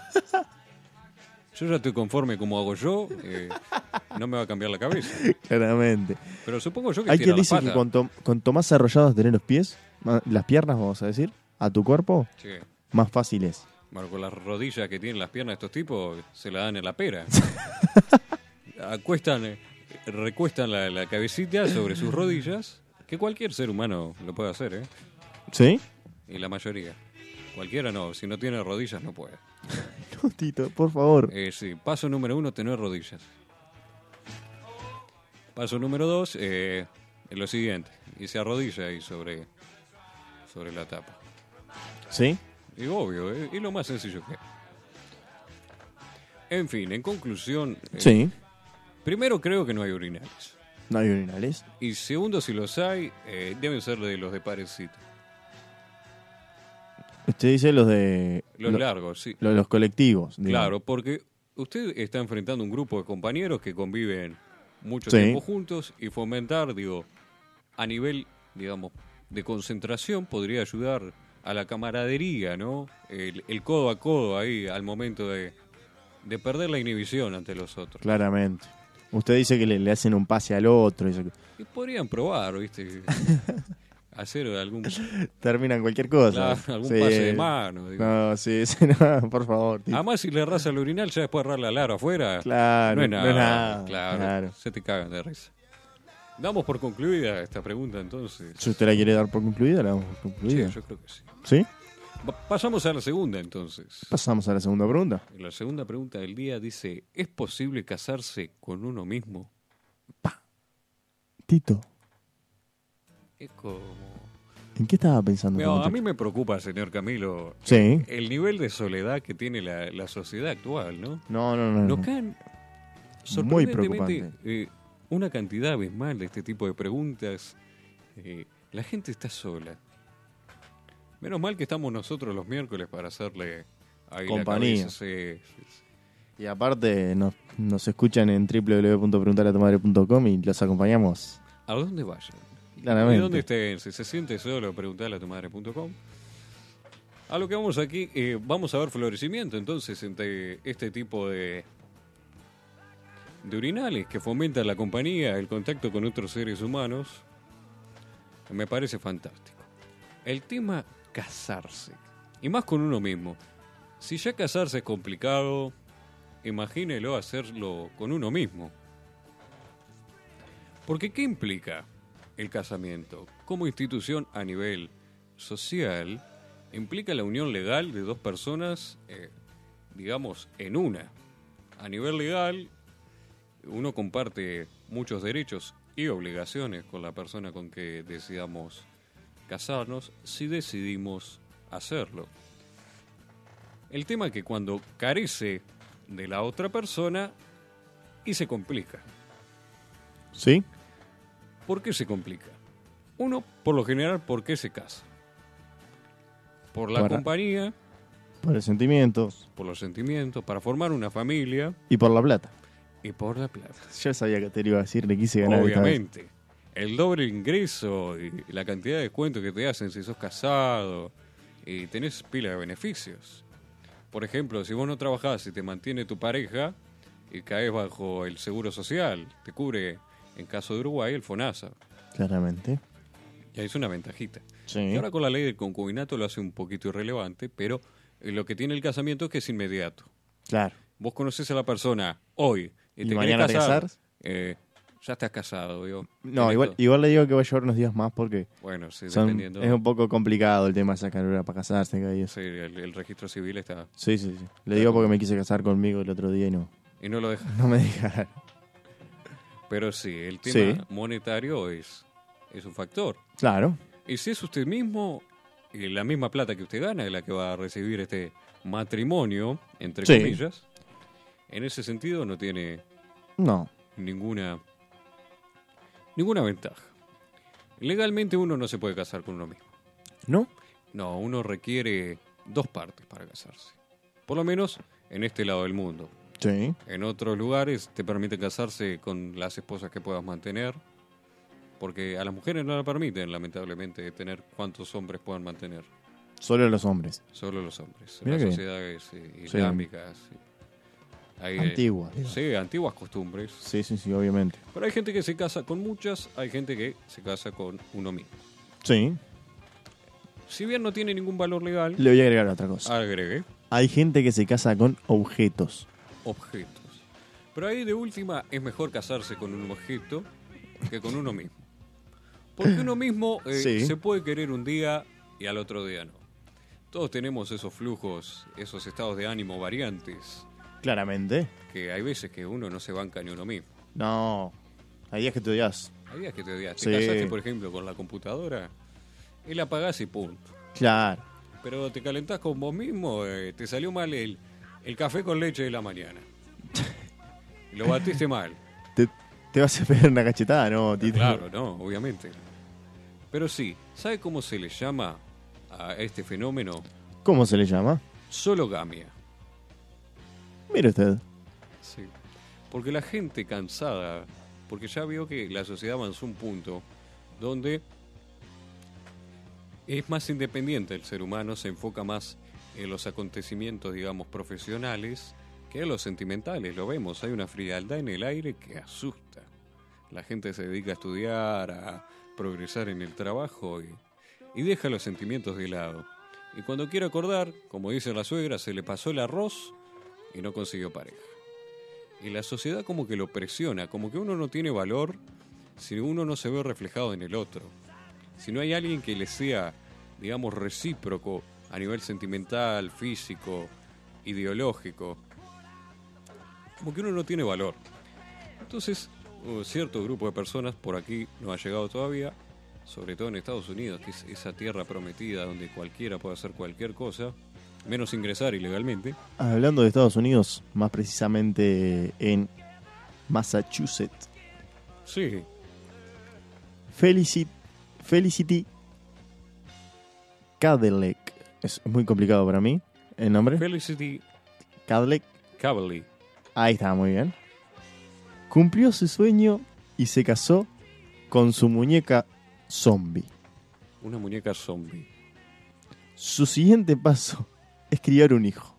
[SPEAKER 1] Yo ya estoy conforme como hago yo, eh, no me va a cambiar la cabeza.
[SPEAKER 2] Claramente.
[SPEAKER 1] Pero supongo yo que
[SPEAKER 2] Hay
[SPEAKER 1] estira
[SPEAKER 2] quien
[SPEAKER 1] las
[SPEAKER 2] dice que
[SPEAKER 1] patas.
[SPEAKER 2] cuanto, cuanto más arrollados tenés los pies, ma- las piernas, vamos a decir, a tu cuerpo,
[SPEAKER 1] Sí.
[SPEAKER 2] más fácil es.
[SPEAKER 1] Bueno, con las rodillas que tienen las piernas estos tipos, se la dan en la pera. Acuestan, eh, recuestan la, la cabecita sobre sus rodillas, que cualquier ser humano lo puede hacer, ¿eh?
[SPEAKER 2] ¿Sí?
[SPEAKER 1] Y la mayoría. Cualquiera no, si no tiene rodillas no puede.
[SPEAKER 2] No, Tito, por favor.
[SPEAKER 1] Eh, sí, paso número uno, tener rodillas. Paso número dos, eh, es lo siguiente. Y se arrodilla ahí sobre, sobre la tapa.
[SPEAKER 2] ¿Sí?
[SPEAKER 1] Y obvio, eh, y lo más sencillo que hay. En fin, en conclusión, eh,
[SPEAKER 2] Sí.
[SPEAKER 1] primero creo que no hay urinales.
[SPEAKER 2] No hay urinales.
[SPEAKER 1] Y segundo, si los hay, eh, deben ser de los de parecita.
[SPEAKER 2] Usted dice los de
[SPEAKER 1] Los
[SPEAKER 2] lo-
[SPEAKER 1] largos, sí.
[SPEAKER 2] lo- los colectivos. digamos.
[SPEAKER 1] Claro, porque usted está enfrentando un grupo de compañeros que conviven mucho
[SPEAKER 2] Sí.
[SPEAKER 1] tiempo juntos y fomentar, digo, a nivel, digamos, de concentración podría ayudar a la camaradería, ¿no? El, el codo a codo ahí al momento de, de perder la inhibición ante los otros.
[SPEAKER 2] Claramente. Usted dice que le, le hacen un pase al otro. y eso que-
[SPEAKER 1] Y podrían probar, ¿viste? Hacer algún,
[SPEAKER 2] Terminan cualquier cosa.
[SPEAKER 1] claro, algún
[SPEAKER 2] Sí.
[SPEAKER 1] pase de mano. digo.
[SPEAKER 2] No, sí, sí, no, por favor. Tito.
[SPEAKER 1] Además, si le arrasa el urinal, ya después arrasla el aro afuera.
[SPEAKER 2] Claro,
[SPEAKER 1] no es
[SPEAKER 2] Ah,
[SPEAKER 1] nada.
[SPEAKER 2] no es nada,
[SPEAKER 1] claro,
[SPEAKER 2] claro.
[SPEAKER 1] se te cagan de risa. Damos por concluida esta pregunta entonces.
[SPEAKER 2] Si usted la quiere dar por concluida, la damos por
[SPEAKER 1] Sí,
[SPEAKER 2] concluida.
[SPEAKER 1] yo creo que sí.
[SPEAKER 2] ¿Sí?
[SPEAKER 1] Va- Pasamos a la segunda entonces.
[SPEAKER 2] Pasamos a la segunda pregunta.
[SPEAKER 1] La segunda pregunta del día dice: ¿Es posible casarse con uno mismo?
[SPEAKER 2] Tito,
[SPEAKER 1] Es como.
[SPEAKER 2] ¿en qué estaba pensando?
[SPEAKER 1] Mira,
[SPEAKER 2] este
[SPEAKER 1] a mí
[SPEAKER 2] muchacho?
[SPEAKER 1] me preocupa, señor Camilo,
[SPEAKER 2] Sí.
[SPEAKER 1] el nivel de soledad que tiene la, la sociedad actual, ¿no?
[SPEAKER 2] No, no, no.
[SPEAKER 1] Nos
[SPEAKER 2] no.
[SPEAKER 1] caen
[SPEAKER 2] Muy
[SPEAKER 1] sorprendentemente eh, una cantidad abismal de este tipo de preguntas. Eh, la gente está sola. Menos mal que estamos nosotros los miércoles para hacerle ahí la
[SPEAKER 2] Compañía.
[SPEAKER 1] cabeza, sí, sí, sí.
[SPEAKER 2] Y aparte, nos, nos escuchan en www.preguntaleatomadre.com y los acompañamos.
[SPEAKER 1] ¿A dónde vayan?
[SPEAKER 2] Claramente.
[SPEAKER 1] ¿Y dónde estén? Si se siente solo, preguntale a tu madre.com. A lo que vamos aquí, eh, vamos a ver florecimiento entonces entre este tipo de, de urinales que fomentan la compañía, el contacto con otros seres humanos. Me parece fantástico. El tema casarse, y más con uno mismo. Si ya casarse es complicado, imagínelo hacerlo con uno mismo. Porque ¿qué implica el casamiento? Como institución a nivel social, implica la unión legal de dos personas, eh, digamos, en una. A nivel legal, uno comparte muchos derechos y obligaciones con la persona con que decidamos casarnos si decidimos hacerlo. El tema es que cuando carece de la otra persona y se complica.
[SPEAKER 2] ¿Sí?
[SPEAKER 1] ¿Por qué se complica? Uno, por lo general, ¿por qué se casa? Por la
[SPEAKER 2] Para-
[SPEAKER 1] compañía,
[SPEAKER 2] Por los sentimientos
[SPEAKER 1] por los sentimientos, para formar una familia
[SPEAKER 2] y por la plata.
[SPEAKER 1] y por la plata.
[SPEAKER 2] Yo sabía que te lo iba a decir, le quise ganar. esta vez.
[SPEAKER 1] Obviamente. El doble ingreso y la cantidad de descuentos que te hacen si sos casado y tenés pila de beneficios. Por ejemplo, si vos no trabajás y te mantiene tu pareja y caes bajo el seguro social, te cubre, en caso de Uruguay, el FONASA.
[SPEAKER 2] Claramente.
[SPEAKER 1] Y ahí es una ventajita. Y
[SPEAKER 2] Sí.
[SPEAKER 1] ahora con la ley del concubinato lo hace un poquito irrelevante, pero eh, lo que tiene el casamiento es que es inmediato.
[SPEAKER 2] Claro.
[SPEAKER 1] Vos conoces a la persona hoy y,
[SPEAKER 2] ¿Y
[SPEAKER 1] te
[SPEAKER 2] mañana te
[SPEAKER 1] querés casar.
[SPEAKER 2] casás?
[SPEAKER 1] eh, ya estás casado, digo.
[SPEAKER 2] No,
[SPEAKER 1] Tenés
[SPEAKER 2] igual,
[SPEAKER 1] todo.
[SPEAKER 2] igual le digo que voy a llevar unos días más porque
[SPEAKER 1] Bueno, sí,
[SPEAKER 2] son-
[SPEAKER 1] dependiendo.
[SPEAKER 2] es un poco complicado el tema de sacar hora para casarse. que hay eso.
[SPEAKER 1] Sí, el, el registro civil está.
[SPEAKER 2] Sí, sí, sí. Le digo porque me quise casar conmigo el otro día y no,
[SPEAKER 1] Y no lo deja.
[SPEAKER 2] no me dejaron.
[SPEAKER 1] Pero sí, el tema
[SPEAKER 2] Sí.
[SPEAKER 1] monetario es, es un factor.
[SPEAKER 2] Claro.
[SPEAKER 1] Y si es usted mismo, y la misma plata que usted gana es la que va a recibir este matrimonio, entre
[SPEAKER 2] Sí.
[SPEAKER 1] comillas, en ese sentido no tiene
[SPEAKER 2] No.
[SPEAKER 1] ninguna ninguna ventaja. Legalmente uno no se puede casar con uno mismo.
[SPEAKER 2] ¿No?
[SPEAKER 1] No, uno requiere dos partes para casarse. Por lo menos en este lado del mundo.
[SPEAKER 2] Sí.
[SPEAKER 1] En otros lugares te permiten casarse con las esposas que puedas mantener, porque a las mujeres no le permiten, lamentablemente, tener cuántos hombres puedan mantener.
[SPEAKER 2] Solo los hombres.
[SPEAKER 1] Solo los hombres. En
[SPEAKER 2] Mira
[SPEAKER 1] las
[SPEAKER 2] que-
[SPEAKER 1] sociedades eh, islámicas. sí. Hay, eh,
[SPEAKER 2] Antiguas. digo.
[SPEAKER 1] Sí, antiguas costumbres.
[SPEAKER 2] Sí, sí, sí, obviamente.
[SPEAKER 1] Pero hay gente que se casa con muchas, hay gente que se casa con uno mismo.
[SPEAKER 2] Sí.
[SPEAKER 1] Si bien no tiene ningún valor legal,
[SPEAKER 2] Le voy a agregar otra
[SPEAKER 1] Ah.
[SPEAKER 2] cosa.
[SPEAKER 1] agregué
[SPEAKER 2] Hay gente que se casa con objetos.
[SPEAKER 1] objetos. Pero ahí de última es mejor casarse con un objeto que con uno mismo. Porque uno mismo eh,
[SPEAKER 2] Sí.
[SPEAKER 1] se puede querer un día y al otro día no. Todos tenemos esos flujos, esos estados de ánimo variantes,
[SPEAKER 2] Claramente.
[SPEAKER 1] que hay veces que uno no se banca ni uno mismo.
[SPEAKER 2] No. Hay días que te odias.
[SPEAKER 1] Hay días que te odias. Te
[SPEAKER 2] Sí.
[SPEAKER 1] casaste, por ejemplo, con la computadora y la apagás y punto.
[SPEAKER 2] Claro.
[SPEAKER 1] Pero te calentás con vos mismo, eh, te salió mal el, el café con leche de la mañana. Lo batiste mal.
[SPEAKER 2] Te, te vas a pegar una cachetada, ¿no, Tito?
[SPEAKER 1] Claro, no, obviamente. Pero sí, ¿sabe cómo se le llama a este fenómeno?
[SPEAKER 2] ¿Cómo se le llama?
[SPEAKER 1] Sologamia.
[SPEAKER 2] Mire usted.
[SPEAKER 1] Sí. Porque la gente cansada, porque ya vio que la sociedad avanzó un punto donde es más independiente el ser humano, se enfoca más en los acontecimientos, digamos, profesionales que en los sentimentales. Lo vemos, hay una frialdad en el aire que asusta. La gente se dedica a estudiar, a progresar en el trabajo y, y deja los sentimientos de lado. Y cuando quiere acordar, como dice la suegra, se le pasó el arroz y no consiguió pareja. Y la sociedad como que lo presiona, como que uno no tiene valor si uno no se ve reflejado en el otro. Si no hay alguien que le sea, digamos, recíproco a nivel sentimental, físico, ideológico, como que uno no tiene valor. Entonces, un cierto grupo de personas por aquí no ha llegado todavía, sobre todo en Estados Unidos, que es esa tierra prometida donde cualquiera puede hacer cualquier cosa, menos ingresar ilegalmente.
[SPEAKER 2] Hablando de Estados Unidos, más precisamente en Massachusetts.
[SPEAKER 1] Sí,
[SPEAKER 2] Felicity, Felicity Cadillac. Es muy complicado para mí el nombre.
[SPEAKER 1] Felicity
[SPEAKER 2] Cadillac.
[SPEAKER 1] Cavali.
[SPEAKER 2] Ahí está, muy bien. Cumplió su sueño y se casó con su muñeca zombie.
[SPEAKER 1] Una muñeca zombie.
[SPEAKER 2] Su siguiente paso es criar un hijo.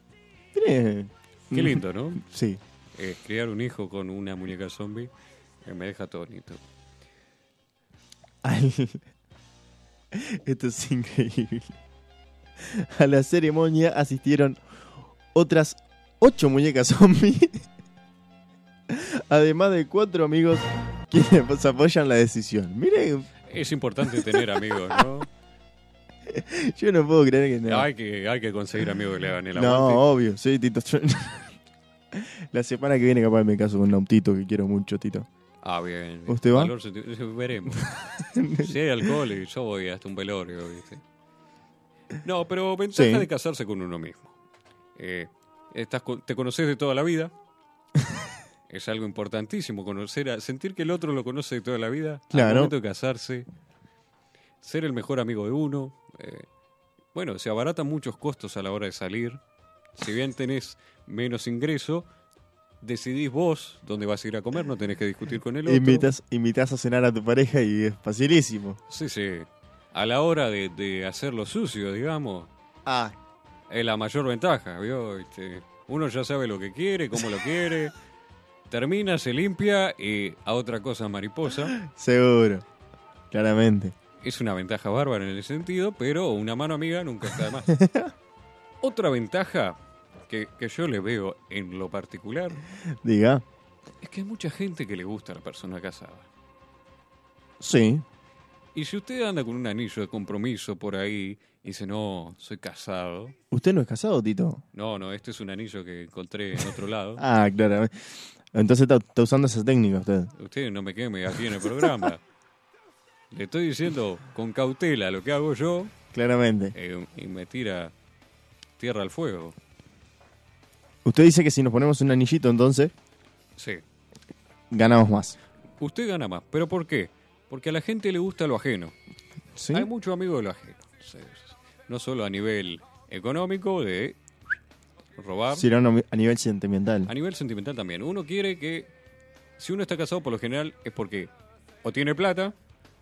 [SPEAKER 2] Mire.
[SPEAKER 1] Qué lindo, ¿no?
[SPEAKER 2] Sí.
[SPEAKER 1] Eh, criar un hijo con una muñeca zombie eh, me deja atónito.
[SPEAKER 2] Al- Esto es increíble. A la ceremonia asistieron otras ocho muñecas zombie, además de cuatro amigos quienes pues apoyan la decisión. Miren,
[SPEAKER 1] Es importante tener amigos, ¿no?
[SPEAKER 2] yo no puedo creer que no.
[SPEAKER 1] Hay, que, hay que conseguir amigos que le hagan el aguante.
[SPEAKER 2] No, obvio, sí, Tito. yo- La semana que viene capaz me caso con Nautito, que quiero mucho, Tito.
[SPEAKER 1] Ah, bien.
[SPEAKER 2] ¿Usted va?
[SPEAKER 1] Valor senti- veremos. si hay alcohol, y yo voy hasta un velorio, ¿viste? No, pero ventaja
[SPEAKER 2] Sí.
[SPEAKER 1] de casarse con uno mismo. Eh, estás con- te conoces de toda la vida. es algo importantísimo conocer, a, sentir que el otro lo conoce de toda la vida. Al
[SPEAKER 2] Claro.
[SPEAKER 1] momento de casarse, ser el mejor amigo de uno. eh, bueno, se abaratan muchos costos a la hora de salir. Si bien tenés menos ingreso, decidís vos dónde vas a ir a comer, no tenés que discutir con el otro.
[SPEAKER 2] Invitas, invitas a cenar a tu pareja y es facilísimo.
[SPEAKER 1] Sí, sí. A la hora de, de hacerlo sucio, digamos,
[SPEAKER 2] Ah,
[SPEAKER 1] es la mayor ventaja, ¿vio? Este, uno ya sabe lo que quiere, cómo lo quiere. Termina, se limpia y a otra cosa mariposa.
[SPEAKER 2] seguro. Claramente.
[SPEAKER 1] Es una ventaja bárbara en el sentido, pero una mano amiga nunca está de más. otra ventaja que, que yo le veo en lo particular
[SPEAKER 2] Diga.
[SPEAKER 1] es que hay mucha gente que le gusta a la persona casada.
[SPEAKER 2] Sí.
[SPEAKER 1] Y si usted anda con un anillo de compromiso por ahí y dice, no, soy casado.
[SPEAKER 2] ¿Usted no es casado, Tito?
[SPEAKER 1] No, no, este es un anillo que encontré en otro lado.
[SPEAKER 2] Ah, claramente. Entonces está, está usando esa técnica usted.
[SPEAKER 1] Usted no me queme aquí en el programa. Le estoy diciendo con cautela lo que hago yo
[SPEAKER 2] Claramente.
[SPEAKER 1] eh, y me tira tierra al fuego.
[SPEAKER 2] Usted dice que si nos ponemos un anillito, entonces
[SPEAKER 1] Sí,
[SPEAKER 2] ganamos más.
[SPEAKER 1] usted gana más. ¿Pero por qué? Porque a la gente le gusta lo ajeno.
[SPEAKER 2] ¿Sí?
[SPEAKER 1] Hay muchos amigos de lo ajeno. Sí, sí. No solo a nivel económico, de robar.
[SPEAKER 2] Si no, no, a nivel sentimental.
[SPEAKER 1] A nivel sentimental también. Uno quiere que. Si uno está casado, por lo general es porque o tiene plata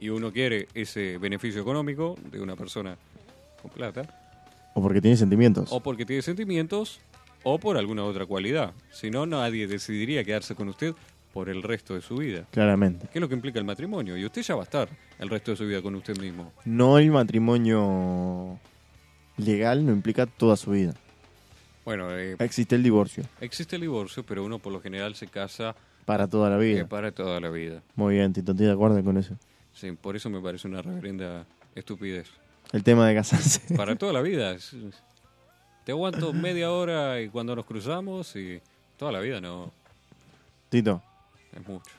[SPEAKER 1] y uno quiere ese beneficio económico de una persona con plata,
[SPEAKER 2] O porque tiene sentimientos.
[SPEAKER 1] o porque tiene sentimientos, o por alguna otra cualidad. Si no, nadie decidiría quedarse con usted por el resto de su vida.
[SPEAKER 2] Claramente.
[SPEAKER 1] ¿Qué es lo que implica el matrimonio? Y usted ya va a estar el resto de su vida con usted mismo.
[SPEAKER 2] No el matrimonio legal no implica toda su vida.
[SPEAKER 1] Bueno, eh,
[SPEAKER 2] Existe el divorcio
[SPEAKER 1] existe el divorcio, pero uno por lo general se casa
[SPEAKER 2] para toda la vida.
[SPEAKER 1] eh, para toda la vida.
[SPEAKER 2] Muy bien, Tito, estoy de acuerdo con eso.
[SPEAKER 1] Sí, por eso me parece una reverenda estupidez.
[SPEAKER 2] El tema de casarse.
[SPEAKER 1] Para toda la vida. Es- es- Te aguanto media hora y cuando nos cruzamos y toda la vida no.
[SPEAKER 2] Tito,
[SPEAKER 1] Es mucho.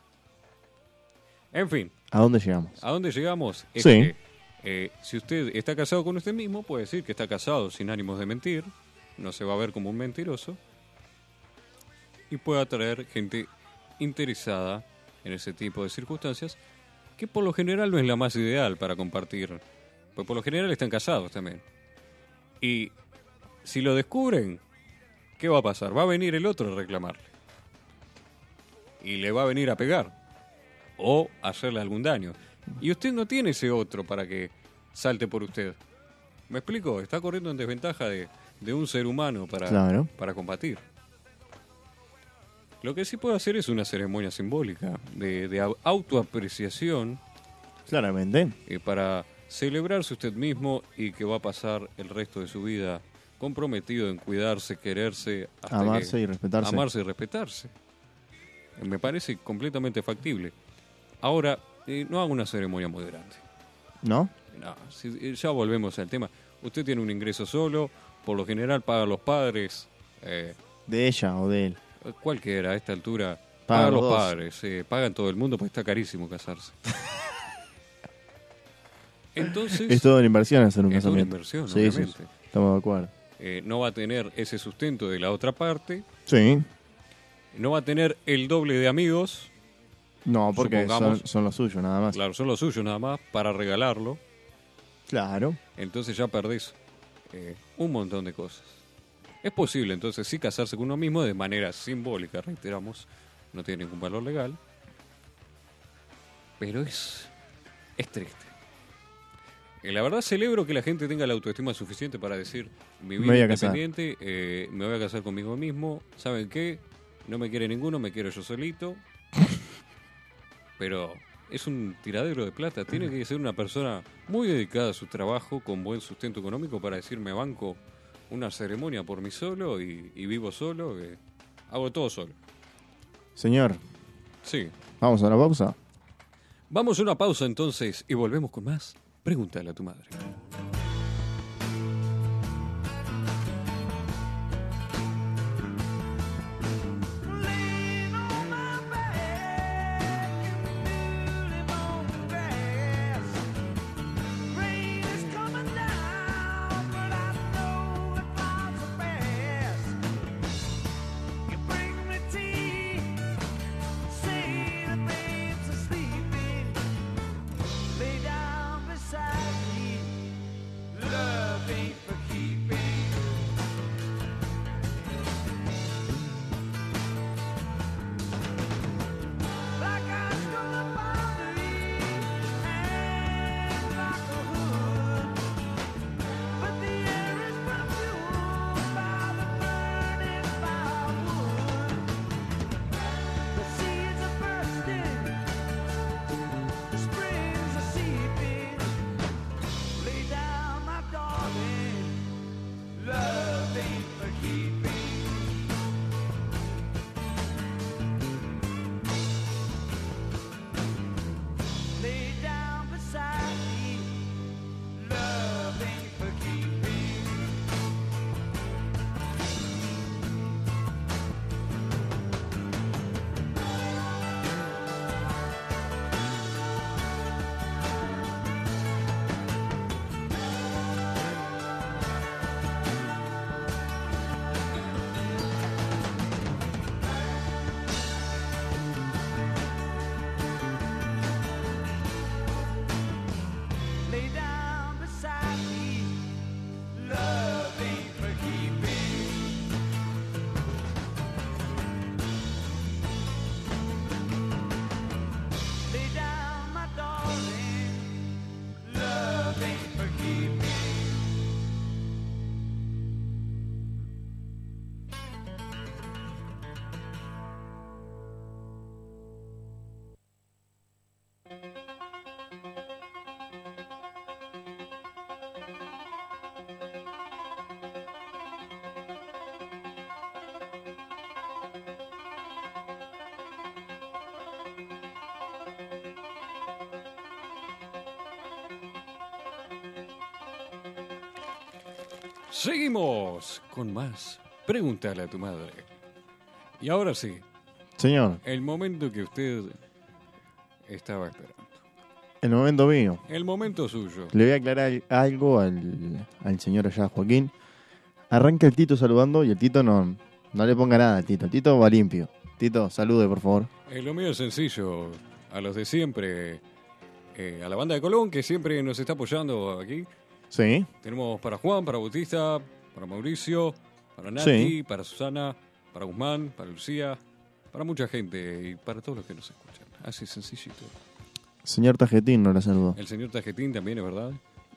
[SPEAKER 1] En fin,
[SPEAKER 2] ¿a dónde llegamos?
[SPEAKER 1] ¿a dónde llegamos? Es
[SPEAKER 2] Sí.
[SPEAKER 1] que, eh, si usted está casado con usted mismo, puede decir que está casado sin ánimos de mentir. No se va a ver como un mentiroso. Y puede atraer gente interesada en ese tipo de circunstancias, que por lo general no es la más ideal para compartir. Pues por lo general están casados también. Y si lo descubren, ¿qué va a pasar? Va a venir el otro a reclamarle. Y le va a venir a pegar. O hacerle algún daño. Y usted no tiene ese otro para que salte por usted. ¿Me explico? Está corriendo en desventaja de, de un ser humano para,
[SPEAKER 2] Claro.
[SPEAKER 1] para combatir. Lo que sí puede hacer es una ceremonia simbólica de, de au- autoapreciación
[SPEAKER 2] Claramente.
[SPEAKER 1] eh, para celebrarse usted mismo y que va a pasar el resto de su vida comprometido en cuidarse, quererse, hasta
[SPEAKER 2] Amarse
[SPEAKER 1] que-
[SPEAKER 2] y respetarse.
[SPEAKER 1] Amarse y respetarse. Eh, Me parece completamente factible. Ahora, eh, no haga una ceremonia muy grande.
[SPEAKER 2] ¿No?
[SPEAKER 1] No, si- eh, ya volvemos al tema. Usted tiene un ingreso solo, por lo general pagan los padres, eh,
[SPEAKER 2] De ella o de él.
[SPEAKER 1] cualquiera a esta altura, pagan,
[SPEAKER 2] Pagan los
[SPEAKER 1] los
[SPEAKER 2] dos.
[SPEAKER 1] padres, eh, pagan todo el mundo porque está carísimo casarse. Entonces,
[SPEAKER 2] Es toda una inversión hacer un
[SPEAKER 1] Es una
[SPEAKER 2] casamiento.
[SPEAKER 1] inversión,
[SPEAKER 2] sí, sí,
[SPEAKER 1] obviamente.
[SPEAKER 2] sí. Estamos de acuerdo.
[SPEAKER 1] eh, no va a tener ese sustento de la otra parte,
[SPEAKER 2] Sí.
[SPEAKER 1] no va a tener el doble de amigos,
[SPEAKER 2] No, porque son,
[SPEAKER 1] Supongamos-
[SPEAKER 2] son los suyos nada más.
[SPEAKER 1] claro, son los suyos nada más, para regalarlo.
[SPEAKER 2] Claro.
[SPEAKER 1] Entonces ya perdés eh, un montón de cosas. Es posible entonces sí casarse con uno mismo de manera simbólica, reiteramos, no tiene ningún valor legal, pero es, es triste. Eh, la verdad celebro que la gente tenga la autoestima suficiente para decir, mi vida
[SPEAKER 2] Me voy a casar.
[SPEAKER 1] independiente, eh, me voy a casar conmigo mismo, ¿saben qué? No me quiere ninguno, me quiero yo solito, pero es un tiradero de plata. Tiene que ser una persona muy dedicada a su trabajo, con buen sustento económico, para decirme banco una ceremonia por mí solo y, y vivo solo. eh, hago todo solo.
[SPEAKER 2] Señor,
[SPEAKER 1] Sí.
[SPEAKER 2] vamos a la pausa.
[SPEAKER 1] Vamos a una pausa entonces y volvemos con más. Pregúntale a tu madre.
[SPEAKER 3] Lay down beside me.
[SPEAKER 1] Seguimos con más. Pregúntale a tu madre. Y ahora sí,
[SPEAKER 2] Señor,
[SPEAKER 1] el momento que usted estaba esperando.
[SPEAKER 2] el momento mío.
[SPEAKER 1] El momento suyo.
[SPEAKER 2] Le voy a aclarar algo al, al señor allá, Joaquín. Arranca el Tito saludando y el Tito no, no le ponga nada al Tito. El Tito va limpio. Tito, salude, por favor.
[SPEAKER 1] Eh, lo mío es sencillo. A los de siempre. eh, a la banda de Colón, que siempre nos está apoyando aquí.
[SPEAKER 2] Sí.
[SPEAKER 1] Tenemos para Juan, para Bautista, para Mauricio, para Nati,
[SPEAKER 2] Sí.
[SPEAKER 1] para Susana, para Guzmán, para Lucía, para mucha gente y para todos los que nos escuchan. Así sencillito.
[SPEAKER 2] Señor Tajetín no la saludó.
[SPEAKER 1] El señor Tajetín también, es verdad,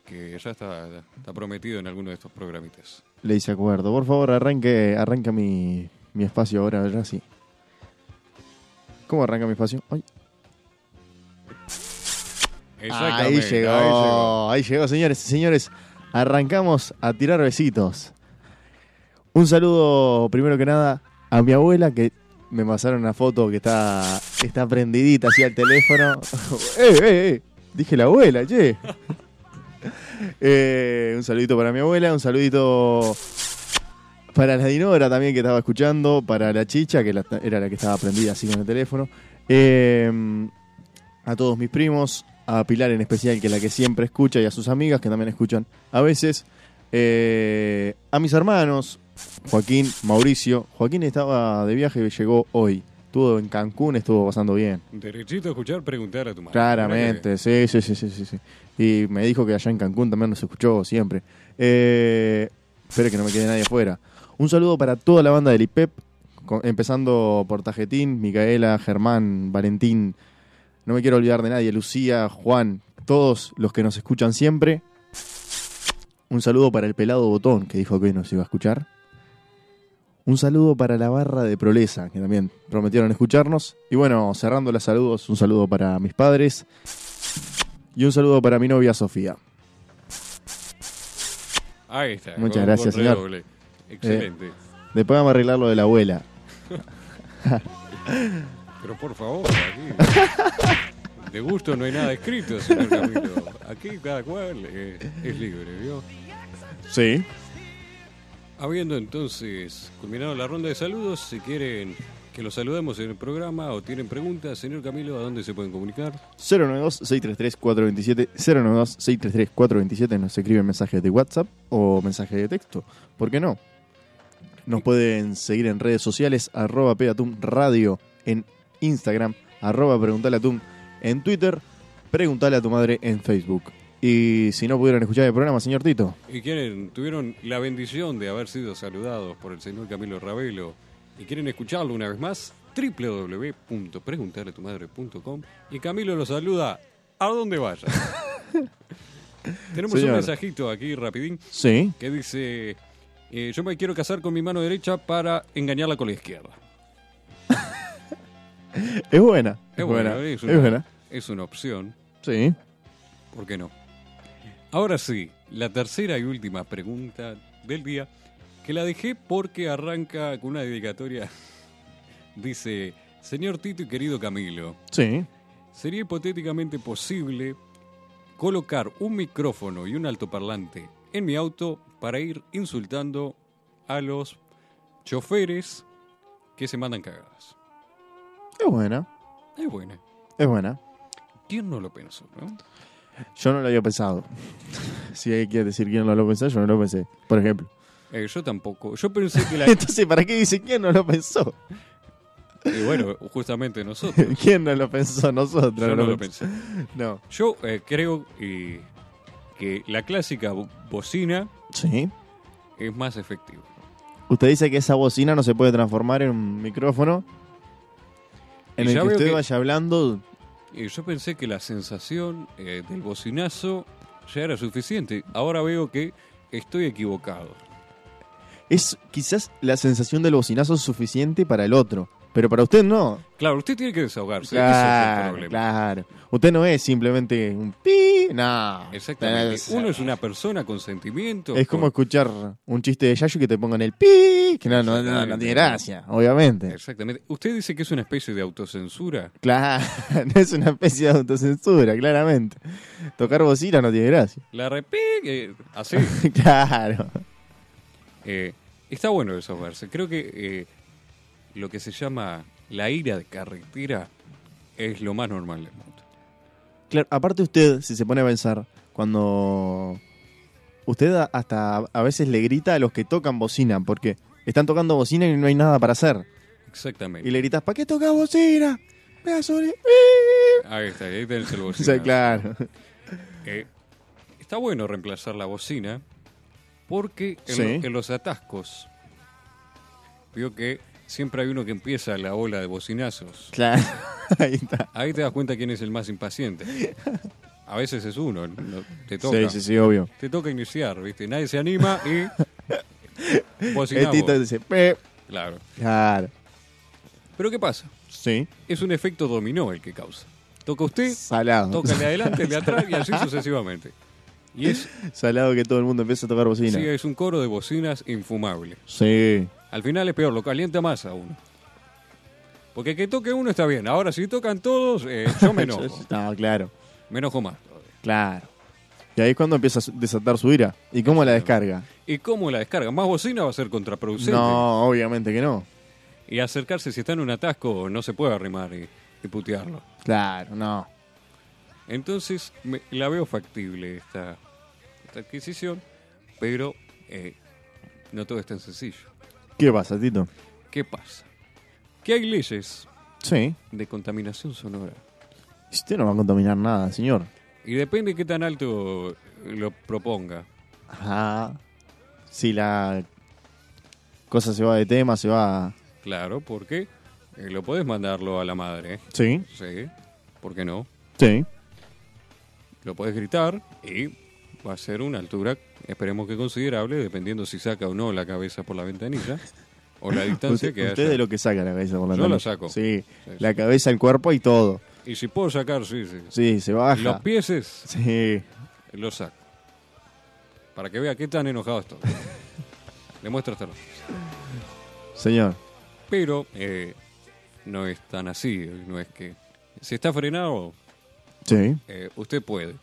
[SPEAKER 1] que ya está, está prometido en alguno de estos programitas.
[SPEAKER 2] Le hice acuerdo. Por favor, arranque, arranca mi, mi espacio ahora, ahora sí. ¿Cómo arranca mi espacio? Ay. Ahí
[SPEAKER 1] Exactamente,
[SPEAKER 2] llegó, ahí llegó, señores y señores. Arrancamos a tirar besitos. Un saludo, primero que nada, a mi abuela que me pasaron una foto que está, está prendidita así al teléfono. ¡Eh, eh, eh! Dije la abuela, che. Eh, un saludito para mi abuela, un saludito para la Dinora también que estaba escuchando, para la Chicha, que la- era la que estaba prendida así con el teléfono. Eh, a todos mis primos, a Pilar en especial, que es la que siempre escucha, y a sus amigas, que también escuchan a veces, eh, a mis hermanos, Joaquín, Mauricio. Joaquín estaba de viaje y llegó hoy. Estuvo en Cancún, estuvo pasando bien.
[SPEAKER 1] Derechito a escuchar, preguntar a tu madre.
[SPEAKER 2] Claramente, sí, sí, sí, sí, sí, sí. Y me dijo que allá en Cancún también nos escuchó siempre. Eh, espero que no me quede nadie afuera. Un saludo para toda la banda del IPEP, co- empezando por Tajetín, Micaela, Germán, Valentín. No me quiero olvidar de nadie, Lucía, Juan, todos los que nos escuchan siempre. Un saludo para el pelado Botón, que dijo que hoy nos iba a escuchar. Un saludo para la barra de Proleza, que también prometieron escucharnos. Y bueno, cerrando los saludos, un saludo para mis padres. Y un saludo para mi novia Sofía.
[SPEAKER 1] Ahí está.
[SPEAKER 2] Muchas
[SPEAKER 1] con-
[SPEAKER 2] gracias,
[SPEAKER 1] con
[SPEAKER 2] señor. Eh,
[SPEAKER 1] redoble. Excelente.
[SPEAKER 2] Después vamos a arreglar lo de la abuela.
[SPEAKER 1] Pero por favor, aquí. De gusto no hay nada escrito, señor Camilo. Aquí cada cual eh, es libre, ¿vio?
[SPEAKER 2] Sí.
[SPEAKER 1] Habiendo entonces culminado la ronda de saludos, si quieren que los saludemos en el programa o tienen preguntas, señor Camilo, ¿a dónde se pueden comunicar?
[SPEAKER 2] 092-633-427. 092-633-427 nos escriben mensajes de WhatsApp o mensajes de texto. ¿Por qué no? Nos pueden seguir en redes sociales, arroba Pegatum Radio en Instagram, arroba Preguntale a Tum en Twitter, Preguntale a tu madre en Facebook. Y si no pudieron escuchar el programa, señor Tito,
[SPEAKER 1] Y quieren, tuvieron la bendición de haber sido saludados por el señor Camilo Ravelo y quieren escucharlo una vez más, www.preguntarletumadre.com y Camilo los saluda a donde vaya. Tenemos un
[SPEAKER 2] Señor.
[SPEAKER 1] mensajito aquí rapidín
[SPEAKER 2] sí,
[SPEAKER 1] que dice, eh, yo me quiero casar con mi mano derecha para engañarla con la izquierda.
[SPEAKER 2] es buena.
[SPEAKER 1] Es buena, es una-
[SPEAKER 2] es buena.
[SPEAKER 1] Es una opción.
[SPEAKER 2] Sí.
[SPEAKER 1] ¿Por qué no? Ahora sí, la tercera y última pregunta del día, que la dejé porque arranca con una dedicatoria. Dice, señor Tito y querido Camilo,
[SPEAKER 2] Sí.
[SPEAKER 1] ¿sería hipotéticamente posible colocar un micrófono y un altoparlante en mi auto para ir insultando a los choferes que se mandan cagadas?
[SPEAKER 2] Es buena.
[SPEAKER 1] Es buena.
[SPEAKER 2] Es buena.
[SPEAKER 1] ¿Quién no lo pensó? no?
[SPEAKER 2] Yo no lo había pensado. si hay que decir quién no lo pensó, yo no lo pensé. Por ejemplo.
[SPEAKER 1] Eh, yo tampoco. Yo pensé que la...
[SPEAKER 2] Entonces, ¿para qué dice quién no lo pensó?
[SPEAKER 1] Y eh, bueno, justamente nosotros.
[SPEAKER 2] ¿Quién no lo pensó? Nosotros.
[SPEAKER 1] Yo no lo pensé.
[SPEAKER 2] No.
[SPEAKER 1] Yo eh, creo eh, que la clásica bo- bocina
[SPEAKER 2] Sí.
[SPEAKER 1] es más efectiva.
[SPEAKER 2] Usted dice que esa bocina no se puede transformar en un micrófono en
[SPEAKER 1] Y
[SPEAKER 2] el
[SPEAKER 1] ya
[SPEAKER 2] que
[SPEAKER 1] veo
[SPEAKER 2] usted
[SPEAKER 1] que-
[SPEAKER 2] vaya hablando.
[SPEAKER 1] Y Eh, yo pensé que la sensación eh, del bocinazo ya era suficiente. Ahora veo que estoy equivocado.
[SPEAKER 2] Es quizás la sensación del bocinazo es suficiente para el otro. Pero para usted no.
[SPEAKER 1] Claro, usted tiene que desahogarse. ese es el
[SPEAKER 2] Claro,
[SPEAKER 1] problema.
[SPEAKER 2] claro. Usted no es simplemente un pi. No.
[SPEAKER 1] Exactamente.
[SPEAKER 2] Es-
[SPEAKER 1] Uno es una persona con sentimientos.
[SPEAKER 2] Es como
[SPEAKER 1] con-
[SPEAKER 2] escuchar un chiste de Yayo que te pongan el pi, que no, no, no, no tiene gracia, obviamente.
[SPEAKER 1] Exactamente. Usted dice que es una especie de autocensura.
[SPEAKER 2] Claro, es una especie de autocensura, claramente. Tocar bocina no tiene gracia.
[SPEAKER 1] La repite así.
[SPEAKER 2] Claro.
[SPEAKER 1] Eh, está bueno esos versos. Creo que eh, lo que se llama la ira de carretera es lo más normal del mundo.
[SPEAKER 2] Claro, aparte usted, si se pone a pensar, cuando usted a- hasta a veces le grita a los que tocan bocina, porque están tocando bocina y no hay nada para hacer.
[SPEAKER 1] Exactamente.
[SPEAKER 2] Y le gritas, ¿para qué tocas bocina? Me da sobre-".
[SPEAKER 1] Ahí está, ahí tenés el
[SPEAKER 2] O
[SPEAKER 1] bolsillo.
[SPEAKER 2] sea, claro.
[SPEAKER 1] Eh, está bueno reemplazar la bocina porque en,
[SPEAKER 2] Sí.
[SPEAKER 1] lo- en los atascos vio que siempre hay uno que empieza la ola de bocinazos.
[SPEAKER 2] Claro. Ahí está.
[SPEAKER 1] Ahí te das cuenta quién es el más impaciente. A veces es uno, no- te toca.
[SPEAKER 2] Sí, sí, sí, obvio.
[SPEAKER 1] Te toca iniciar, ¿viste? Nadie se anima y
[SPEAKER 2] El
[SPEAKER 1] bocinamos.
[SPEAKER 2] Tito dice, "Pe".
[SPEAKER 1] Claro.
[SPEAKER 2] Claro.
[SPEAKER 1] Pero ¿qué pasa?
[SPEAKER 2] Sí.
[SPEAKER 1] Es un efecto dominó el que causa. Toca usted,
[SPEAKER 2] Salado.
[SPEAKER 1] toca el de adelante, el de atrás y así sucesivamente. Y es,
[SPEAKER 2] Salado que todo el mundo empieza a tocar bocina.
[SPEAKER 1] sí, es un coro de bocinas infumable.
[SPEAKER 2] Sí.
[SPEAKER 1] Al final es peor, lo calienta más a uno. Porque que toque uno está bien. Ahora, si tocan todos, eh, yo me enojo.
[SPEAKER 2] No, claro.
[SPEAKER 1] Me enojo más.
[SPEAKER 2] Claro. Y ahí es cuando empieza a su- desatar su ira. ¿Y cómo la descarga?
[SPEAKER 1] ¿Y cómo la descarga? Más bocina va a ser contraproducente.
[SPEAKER 2] No, obviamente que no.
[SPEAKER 1] Y acercarse, si está en un atasco, no se puede arrimar y, y putearlo.
[SPEAKER 2] Claro, no.
[SPEAKER 1] Entonces, me- la veo factible esta, esta adquisición, pero eh, no todo es tan sencillo.
[SPEAKER 2] ¿Qué pasa, Tito?
[SPEAKER 1] ¿Qué pasa? Que hay leyes
[SPEAKER 2] Sí.
[SPEAKER 1] de contaminación sonora.
[SPEAKER 2] Si Usted no va a contaminar nada, señor.
[SPEAKER 1] Y depende de qué tan alto eh, lo proponga.
[SPEAKER 2] Ajá. Si la cosa se va de tema, se va...
[SPEAKER 1] Claro, porque eh, lo podés mandarlo a la madre. ¿eh?
[SPEAKER 2] Sí,
[SPEAKER 1] Sí, ¿por qué no?
[SPEAKER 2] sí.
[SPEAKER 1] Lo podés gritar y va a ser una altura, esperemos que considerable, dependiendo si saca o no la cabeza por la ventanilla o la distancia
[SPEAKER 2] Usted,
[SPEAKER 1] que
[SPEAKER 2] usted
[SPEAKER 1] haya.
[SPEAKER 2] de lo que saca la cabeza por la
[SPEAKER 1] Yo
[SPEAKER 2] nariz.
[SPEAKER 1] la saco.
[SPEAKER 2] Sí.
[SPEAKER 1] sí.
[SPEAKER 2] La cabeza, el cuerpo y todo.
[SPEAKER 1] Y si puedo sacar, sí, sí.
[SPEAKER 2] Sí, se baja.
[SPEAKER 1] Los pieses
[SPEAKER 2] Sí.
[SPEAKER 1] los saco. Para que vea qué tan enojado estoy. Le muestro esta noche.
[SPEAKER 2] Señor.
[SPEAKER 1] Pero eh, no es tan así. No es que. Si está frenado,
[SPEAKER 2] Sí.
[SPEAKER 1] eh, usted puede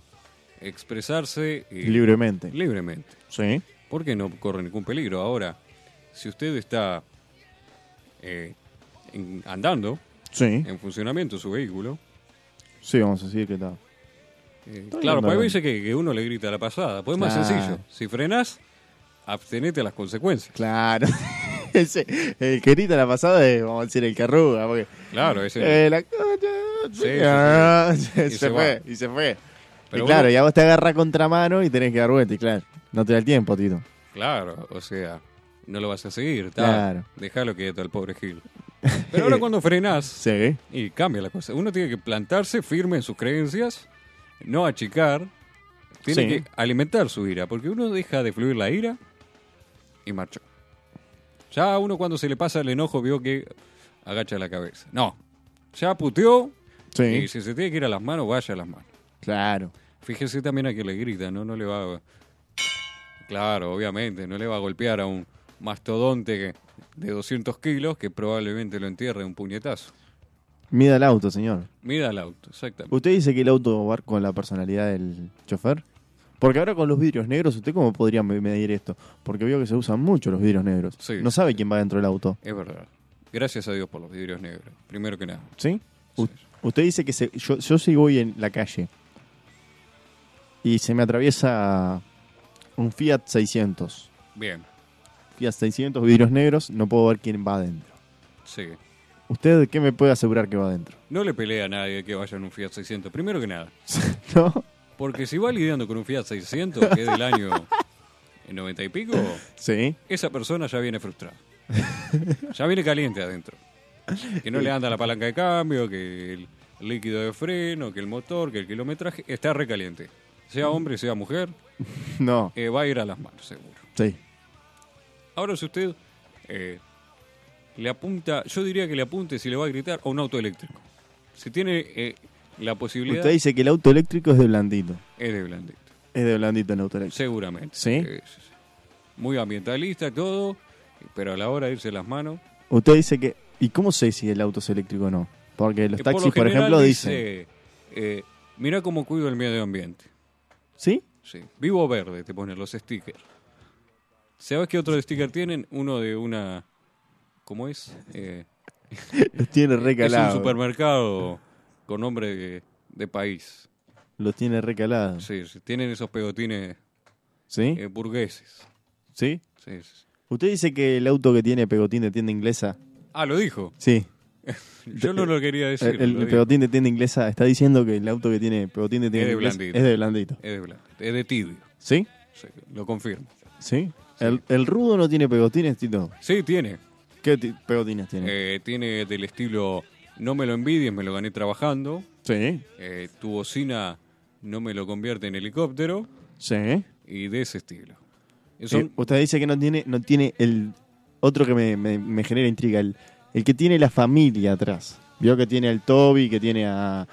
[SPEAKER 1] expresarse y-
[SPEAKER 2] Libremente.
[SPEAKER 1] libremente.
[SPEAKER 2] Sí.
[SPEAKER 1] Porque no corre ningún peligro. Ahora, si usted está eh, en- andando
[SPEAKER 2] Sí.
[SPEAKER 1] en funcionamiento su vehículo,
[SPEAKER 2] Sí, vamos a decir que está.
[SPEAKER 1] Eh,
[SPEAKER 2] Está
[SPEAKER 1] claro,
[SPEAKER 2] bien,
[SPEAKER 1] pues hay
[SPEAKER 2] Darwin.
[SPEAKER 1] veces que, que uno le grita a la pasada. Pues es más
[SPEAKER 2] Claro.
[SPEAKER 1] sencillo. Si frenás, abstenete a las consecuencias.
[SPEAKER 2] Claro. Ese- el que grita la pasada es, vamos a decir, el que arruga. Porque,
[SPEAKER 1] Claro, ese-
[SPEAKER 2] eh, la-
[SPEAKER 1] sí, sí.
[SPEAKER 2] Ah, se,
[SPEAKER 1] Y se
[SPEAKER 2] fue, y se fue.
[SPEAKER 1] Pero
[SPEAKER 2] y claro,
[SPEAKER 1] bueno.
[SPEAKER 2] y a vos te agarra contramano y tenés que dar vuelta. Y claro, no te da el tiempo, Tito.
[SPEAKER 1] claro, o sea, no lo vas a seguir. Claro.
[SPEAKER 2] Claro.
[SPEAKER 1] Dejalo quieto al pobre Gil. Pero ahora cuando frenás,
[SPEAKER 2] Sí.
[SPEAKER 1] y cambia la cosa. Uno tiene que plantarse firme en sus creencias, no achicar. Tiene
[SPEAKER 2] Sí.
[SPEAKER 1] que alimentar su ira, porque uno deja de fluir la ira y marchó. Ya uno cuando se le pasa el enojo vio que agacha la cabeza. No, ya puteó,
[SPEAKER 2] Sí.
[SPEAKER 1] Y si se tiene que ir a las manos, vaya a las manos.
[SPEAKER 2] Claro.
[SPEAKER 1] Fíjese también a que le grita, ¿no? No le va a... Claro, obviamente, no le va a golpear a un mastodonte que- de 200 kilos que probablemente lo entierre de un puñetazo.
[SPEAKER 2] Mida el auto, señor.
[SPEAKER 1] Mira el auto, exactamente.
[SPEAKER 2] ¿Usted dice que el auto va con la personalidad del chofer? Porque ahora con los vidrios negros, ¿usted cómo podría me- medir esto? Porque veo que se usan mucho los vidrios negros.
[SPEAKER 1] Sí.
[SPEAKER 2] No sabe quién va dentro del auto.
[SPEAKER 1] Es verdad. Gracias a Dios por los vidrios negros, primero que nada.
[SPEAKER 2] ¿Sí? U-
[SPEAKER 1] Sí.
[SPEAKER 2] Usted dice que se- yo, yo si voy en la calle y se me atraviesa un Fiat 600.
[SPEAKER 1] Bien,
[SPEAKER 2] Fiat 600, vidrios negros, no puedo ver quién va adentro.
[SPEAKER 1] sigue.
[SPEAKER 2] ¿Usted qué me puede asegurar que va adentro?
[SPEAKER 1] No le pelea a nadie que vaya en un Fiat 600, primero que nada.
[SPEAKER 2] ¿No?
[SPEAKER 1] Porque si va lidiando con un Fiat 600, que es del año 90 y pico,
[SPEAKER 2] Sí.
[SPEAKER 1] esa persona ya viene frustrada. ya viene caliente adentro. Que no le anda la palanca de cambio, que el líquido de freno, que el motor, que el kilometraje. Está recaliente. Sea hombre, sea mujer,
[SPEAKER 2] No.
[SPEAKER 1] eh, va a ir a las manos, seguro.
[SPEAKER 2] Sí.
[SPEAKER 1] Ahora, si usted eh, le apunta, yo diría que le apunte si le va a gritar a un auto eléctrico. Si tiene eh, la posibilidad,
[SPEAKER 2] Usted dice que el auto eléctrico es de blandito.
[SPEAKER 1] es de blandito.
[SPEAKER 2] Es de blandito el auto eléctrico.
[SPEAKER 1] Seguramente.
[SPEAKER 2] ¿Sí?
[SPEAKER 1] Muy ambientalista, todo, pero a la hora de irse las manos.
[SPEAKER 2] Usted dice que... ¿Y cómo sé si el auto es eléctrico o no? Porque los
[SPEAKER 1] que
[SPEAKER 2] taxis, por,
[SPEAKER 1] general
[SPEAKER 2] ejemplo, dicen...
[SPEAKER 1] dice, eh, mirá cómo cuido el medio ambiente.
[SPEAKER 2] ¿Sí?
[SPEAKER 1] Sí. Vivo verde, te ponen los stickers. ¿Sabes qué otro sticker tienen? Uno de una. ¿Cómo es? Eh,
[SPEAKER 2] Los tiene
[SPEAKER 1] es un
[SPEAKER 2] recalados.
[SPEAKER 1] supermercado con nombre de, de país.
[SPEAKER 2] Los tiene recalados.
[SPEAKER 1] Sí, sí, tienen esos pegotines
[SPEAKER 2] ¿Sí?
[SPEAKER 1] eh, burgueses.
[SPEAKER 2] ¿Sí?
[SPEAKER 1] Sí, sí, sí.
[SPEAKER 2] ¿Usted dice que el auto que tiene pegotín de tienda inglesa?
[SPEAKER 1] Ah, lo dijo.
[SPEAKER 2] Sí.
[SPEAKER 1] Yo no lo quería decir.
[SPEAKER 2] Eh, el el
[SPEAKER 1] lo dijo.
[SPEAKER 2] pegotín de tienda inglesa está diciendo que el auto que tiene pegotín de tienda
[SPEAKER 1] de
[SPEAKER 2] inglesa
[SPEAKER 1] blandito.
[SPEAKER 2] es de blandito.
[SPEAKER 1] Es de blanco, es de tibio.
[SPEAKER 2] ¿Sí?
[SPEAKER 1] Sí, lo confirmo.
[SPEAKER 2] ¿Sí? El, el rudo no tiene pegotines, Tito.
[SPEAKER 1] Sí, tiene.
[SPEAKER 2] ¿Qué ti- pegotines tiene?
[SPEAKER 1] Eh, tiene del estilo No me lo envidies, me lo gané trabajando.
[SPEAKER 2] Sí.
[SPEAKER 1] Eh, tu bocina no me lo convierte en helicóptero.
[SPEAKER 2] Sí.
[SPEAKER 1] Y de ese estilo. Y son-
[SPEAKER 2] Eh, usted dice que no tiene, no tiene el otro que me, me- me genera intriga, el, el que tiene la familia atrás. Vio que tiene al Toby, que tiene a,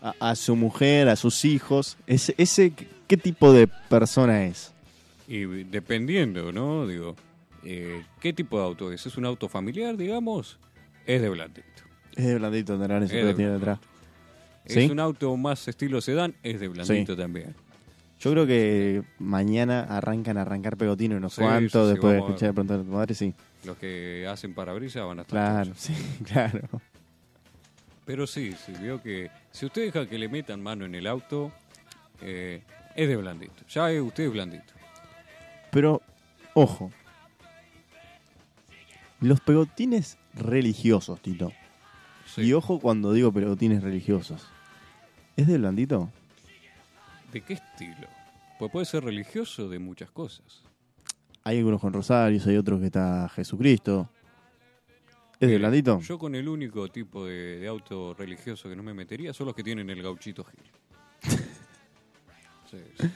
[SPEAKER 2] a- a su mujer, a sus hijos. Ese, ese, ¿qué tipo de persona es?
[SPEAKER 1] Y dependiendo, ¿no? Digo, eh, ¿qué tipo de auto es? ¿Es un auto familiar, digamos? Es de blandito.
[SPEAKER 2] Es de blandito tendrán eso
[SPEAKER 1] Es
[SPEAKER 2] que
[SPEAKER 1] de
[SPEAKER 2] tiene
[SPEAKER 1] blandito.
[SPEAKER 2] atrás.
[SPEAKER 1] ¿Es
[SPEAKER 2] ¿Sí?
[SPEAKER 1] un auto más estilo sedán? Es de blandito también.
[SPEAKER 2] Yo creo que mañana arrancan a arrancar pegotino unos
[SPEAKER 1] Sí,
[SPEAKER 2] cuantos,
[SPEAKER 1] sí,
[SPEAKER 2] después
[SPEAKER 1] sí,
[SPEAKER 2] de
[SPEAKER 1] vamos a ver.
[SPEAKER 2] escuchar de pronto a tu madre, sí.
[SPEAKER 1] Los que hacen parabrisas van a estar.
[SPEAKER 2] Claro,
[SPEAKER 1] todos.
[SPEAKER 2] sí, claro.
[SPEAKER 1] Pero sí, sí, veo que si usted deja que le metan mano en el auto, eh, es de blandito. Ya es usted es blandito.
[SPEAKER 2] Pero, ojo. Los pegotines religiosos, Tito.
[SPEAKER 1] Sí.
[SPEAKER 2] Y ojo cuando digo pelotines religiosos. ¿Es de blandito?
[SPEAKER 1] ¿De qué estilo? Pues puede ser religioso de muchas cosas.
[SPEAKER 2] Hay algunos con rosarios, hay otros que está Jesucristo. ¿Es de
[SPEAKER 1] Eh,
[SPEAKER 2] blandito?
[SPEAKER 1] Yo con el único tipo de, de auto religioso que no me metería son los que tienen el gauchito Gil. Sí, sí.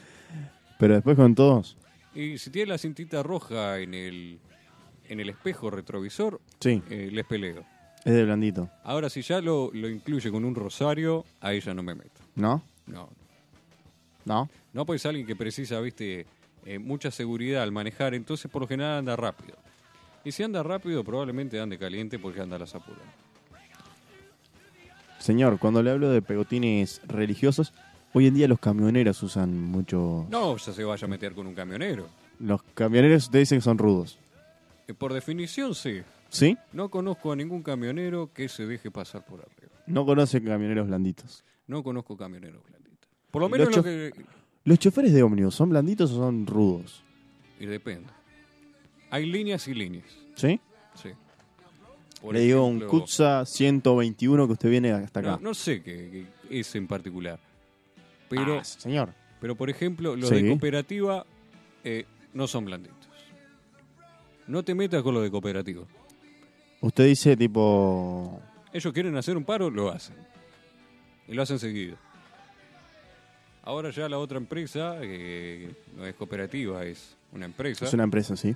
[SPEAKER 2] Pero después con todos.
[SPEAKER 1] Y si tiene la cintita roja en el, en el espejo retrovisor,
[SPEAKER 2] Sí,
[SPEAKER 1] eh, les peleo.
[SPEAKER 2] es de blandito.
[SPEAKER 1] Ahora, si ya lo, lo incluye con un rosario, ahí ya no me meto.
[SPEAKER 2] ¿No?
[SPEAKER 1] No,
[SPEAKER 2] ¿No?
[SPEAKER 1] no pues es alguien que precisa, viste, eh, mucha seguridad al manejar, entonces por lo general anda rápido. Y si anda rápido, probablemente ande caliente porque anda a las apuras.
[SPEAKER 2] Señor, cuando le hablo de pegotines religiosos, hoy en día los camioneros usan mucho...
[SPEAKER 1] No, ya se vaya a meter con un camionero.
[SPEAKER 2] Los camioneros usted dice que son rudos.
[SPEAKER 1] Eh, Por definición, sí.
[SPEAKER 2] ¿Sí?
[SPEAKER 1] No conozco a ningún camionero que se deje pasar por arriba.
[SPEAKER 2] No conocen camioneros blanditos.
[SPEAKER 1] No conozco camioneros blanditos. Por lo
[SPEAKER 2] Y
[SPEAKER 1] menos
[SPEAKER 2] los
[SPEAKER 1] lo que...
[SPEAKER 2] ¿Los choferes de ómnibus son blanditos o son rudos?
[SPEAKER 1] Y depende. Hay líneas y líneas.
[SPEAKER 2] ¿Sí?
[SPEAKER 1] Sí. Por
[SPEAKER 2] le digo un
[SPEAKER 1] ejemplo,
[SPEAKER 2] Kutza 121 que usted viene hasta acá.
[SPEAKER 1] No, no sé qué, qué es en particular. Pero,
[SPEAKER 2] Ah, señor.
[SPEAKER 1] pero por ejemplo, los
[SPEAKER 2] Sí.
[SPEAKER 1] de cooperativa eh, no son blanditos. No te metas con los de cooperativa.
[SPEAKER 2] Usted dice tipo...
[SPEAKER 1] Ellos quieren hacer un paro, lo hacen. Y lo hacen seguido. Ahora ya la otra empresa, que no es cooperativa, es una empresa,
[SPEAKER 2] Es una empresa, sí.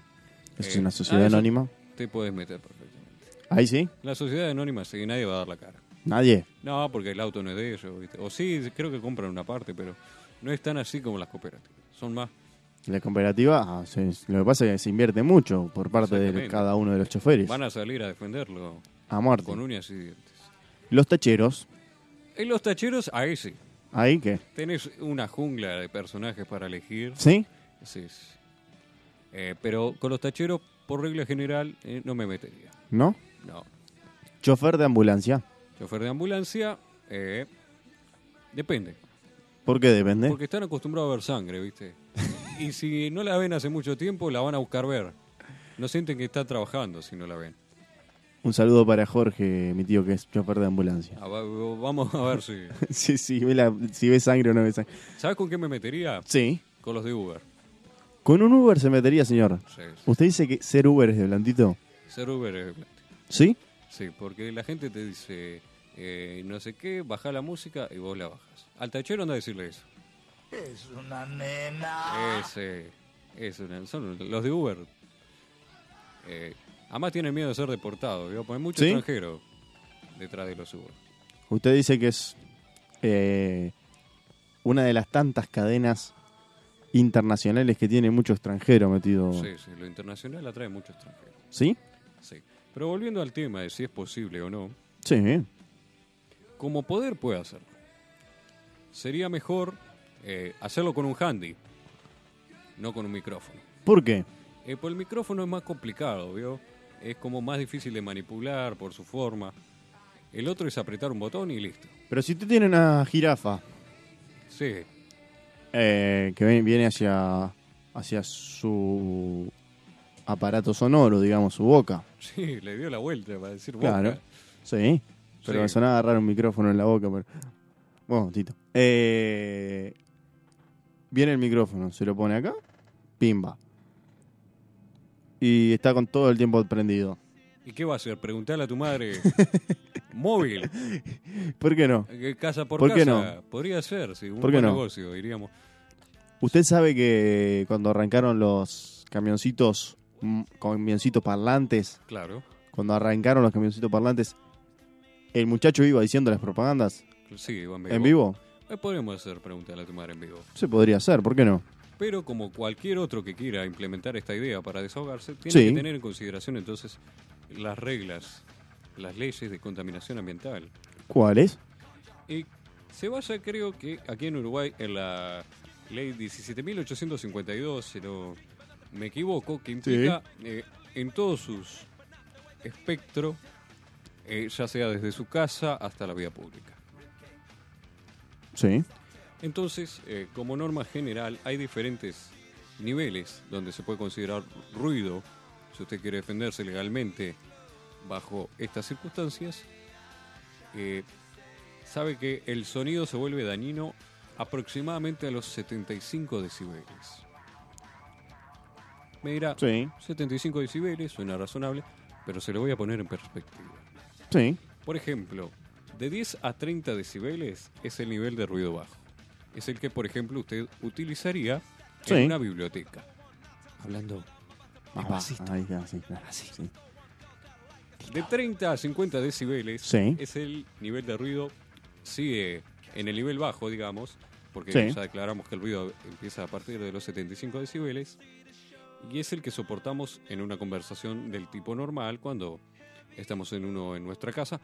[SPEAKER 2] Es
[SPEAKER 1] ¿Ah? Eh,
[SPEAKER 2] una sociedad
[SPEAKER 1] ah, eso-
[SPEAKER 2] anónima.
[SPEAKER 1] te puedes meter perfectamente.
[SPEAKER 2] Ahí sí.
[SPEAKER 1] La sociedad anónima, sí, nadie va a dar la cara.
[SPEAKER 2] Nadie.
[SPEAKER 1] No, porque el auto no es de ellos. ¿viste? O sí, creo que compran una parte, pero no es tan así como las cooperativas. Son más.
[SPEAKER 2] La cooperativa, ah, se- lo que pasa es que se invierte mucho por parte de
[SPEAKER 1] Exactamente.
[SPEAKER 2] cada uno de los choferes.
[SPEAKER 1] Van a salir a defenderlo
[SPEAKER 2] A muerte.
[SPEAKER 1] con uñas y dientes.
[SPEAKER 2] Los tacheros,
[SPEAKER 1] En los tacheros, ahí sí.
[SPEAKER 2] ahí que.
[SPEAKER 1] Tenés una jungla de personajes para elegir.
[SPEAKER 2] ¿Sí?
[SPEAKER 1] Sí, sí. Eh, pero con los tacheros, por regla general, eh, no me metería.
[SPEAKER 2] ¿No?
[SPEAKER 1] No.
[SPEAKER 2] Chofer de ambulancia.
[SPEAKER 1] Chofer de ambulancia, eh, depende.
[SPEAKER 2] ¿Por qué depende?
[SPEAKER 1] Porque están acostumbrados a ver sangre, ¿viste? Y si no la ven hace mucho tiempo, la van a buscar ver. No sienten que está trabajando si no la ven.
[SPEAKER 2] Un saludo para Jorge, mi tío, que es chofer de ambulancia.
[SPEAKER 1] Ah, va- va- vamos a ver si.
[SPEAKER 2] sí, sí, ve la- si ve sangre o no ve sangre.
[SPEAKER 1] ¿Sabes con qué me metería?
[SPEAKER 2] Sí.
[SPEAKER 1] Con los de Uber.
[SPEAKER 2] Con un Uber se metería, señor.
[SPEAKER 1] Sí, sí.
[SPEAKER 2] ¿Usted dice que ser Uber es de blandito?
[SPEAKER 1] Ser Uber es blanco.
[SPEAKER 2] ¿Sí?
[SPEAKER 1] Sí, porque la gente te dice eh, no sé qué, baja la música y vos la bajas. Al tachero anda a decirle eso.
[SPEAKER 3] Es una nena.
[SPEAKER 1] Ese, ese, son los de Uber. Eh, además tienen miedo de ser deportados, ¿vio? Porque hay mucho
[SPEAKER 2] ¿Sí?
[SPEAKER 1] extranjero detrás de los Uber.
[SPEAKER 2] Usted dice que es eh, una de las tantas cadenas internacionales que tiene mucho extranjero metido.
[SPEAKER 1] Sí, sí, lo internacional atrae mucho extranjero.
[SPEAKER 2] ¿Sí?
[SPEAKER 1] Sí. Pero volviendo al tema de si es posible o no,
[SPEAKER 2] Sí, eh.
[SPEAKER 1] como poder puede hacerlo. Sería mejor eh, hacerlo con un handy, no con un micrófono.
[SPEAKER 2] ¿Por qué?
[SPEAKER 1] Eh, por el micrófono es más complicado, ¿vio? Es como más difícil de manipular por su forma. El otro es apretar un botón y listo.
[SPEAKER 2] Pero si tú tienes una jirafa
[SPEAKER 1] Sí,
[SPEAKER 2] eh, que ven- viene hacia, hacia su aparato sonoro, digamos, su boca.
[SPEAKER 1] sí, le dio la vuelta para decir boca.
[SPEAKER 2] Claro. Sí. Pero
[SPEAKER 1] Sí.
[SPEAKER 2] me sonaba raro un micrófono en la boca. Pero... Bueno, Tito. Eh, viene el micrófono, se lo pone acá, pimba. Y está con todo el tiempo prendido.
[SPEAKER 1] ¿Y qué va a hacer? Preguntarle a tu madre. Móvil,
[SPEAKER 2] ¿Por qué no?
[SPEAKER 1] eh, casa por,
[SPEAKER 2] ¿Por
[SPEAKER 1] casa.
[SPEAKER 2] qué
[SPEAKER 1] Podría ser, sí, un
[SPEAKER 2] ¿Por qué
[SPEAKER 1] buen
[SPEAKER 2] no?
[SPEAKER 1] negocio, diríamos.
[SPEAKER 2] Usted sabe que cuando arrancaron los camioncitos, mm, camioncitos parlantes,
[SPEAKER 1] Claro,
[SPEAKER 2] cuando arrancaron los camioncitos parlantes, el muchacho iba diciendo las propagandas
[SPEAKER 1] sí, va en vivo.
[SPEAKER 2] en vivo.
[SPEAKER 1] Eh, podemos hacer preguntarle a tu madre en vivo.
[SPEAKER 2] Se podría hacer, ¿por qué no?
[SPEAKER 1] Pero como cualquier otro que quiera implementar esta idea para desahogarse, tiene
[SPEAKER 2] Sí.
[SPEAKER 1] que tener en consideración entonces las reglas, las leyes de contaminación ambiental.
[SPEAKER 2] ¿Cuál es?
[SPEAKER 1] Y se basa, creo que aquí en Uruguay, en la ley 17.852, si no me equivoco, que implica eh, en todo sus espectro, eh, ya sea desde su casa hasta la vía pública.
[SPEAKER 2] Sí.
[SPEAKER 1] Entonces, eh, como norma general, hay diferentes niveles donde se puede considerar ruido, si usted quiere defenderse legalmente bajo estas circunstancias, eh, sabe que el sonido se vuelve dañino aproximadamente a los 75 decibeles. Me dirá,
[SPEAKER 2] Sí.
[SPEAKER 1] 75 decibeles suena razonable, pero se lo voy a poner en perspectiva.
[SPEAKER 2] Sí.
[SPEAKER 1] Por ejemplo, de 10 a 30 decibeles es el nivel de ruido bajo. Es el que, por ejemplo, usted utilizaría
[SPEAKER 2] Sí.
[SPEAKER 1] en una biblioteca. Hablando.
[SPEAKER 2] Más bajo. Ahí está, Ah, sí, claro. Sí.
[SPEAKER 1] De 30 a 50 decibeles
[SPEAKER 2] Sí.
[SPEAKER 1] es el nivel de ruido, sigue en el nivel bajo, digamos, porque
[SPEAKER 2] Sí.
[SPEAKER 1] ya declaramos que el ruido empieza a partir de los 75 decibeles, y es el que soportamos en una conversación del tipo normal cuando estamos en uno en nuestra casa,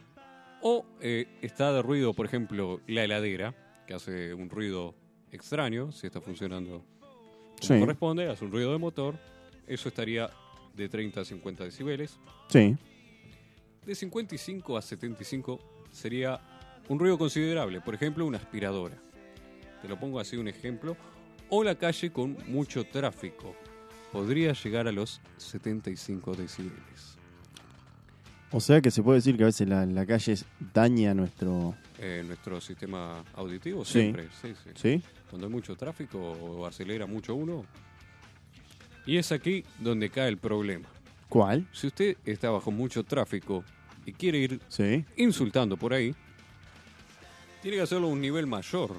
[SPEAKER 1] o eh, está de ruido, por ejemplo, la heladera, que hace un ruido extraño, si está funcionando como
[SPEAKER 2] Sí.
[SPEAKER 1] corresponde, hace un ruido de motor, eso estaría de 30 a 50 decibeles.
[SPEAKER 2] Sí.
[SPEAKER 1] De 55 a 75 sería un ruido considerable, por ejemplo, una aspiradora. Te lo pongo así un ejemplo. O la calle con mucho tráfico. Podría llegar a los 75 decibeles.
[SPEAKER 2] O sea que se puede decir que a veces la, la calle es- daña nuestro...
[SPEAKER 1] Eh, nuestro sistema auditivo
[SPEAKER 2] Sí.
[SPEAKER 1] siempre, sí, sí.
[SPEAKER 2] ¿Sí?
[SPEAKER 1] Cuando hay mucho tráfico o acelera mucho uno. Y es aquí donde cae el problema.
[SPEAKER 2] ¿Cuál?
[SPEAKER 1] Si usted está bajo mucho tráfico y quiere ir
[SPEAKER 2] Sí.
[SPEAKER 1] insultando por ahí, tiene que hacerlo a un nivel mayor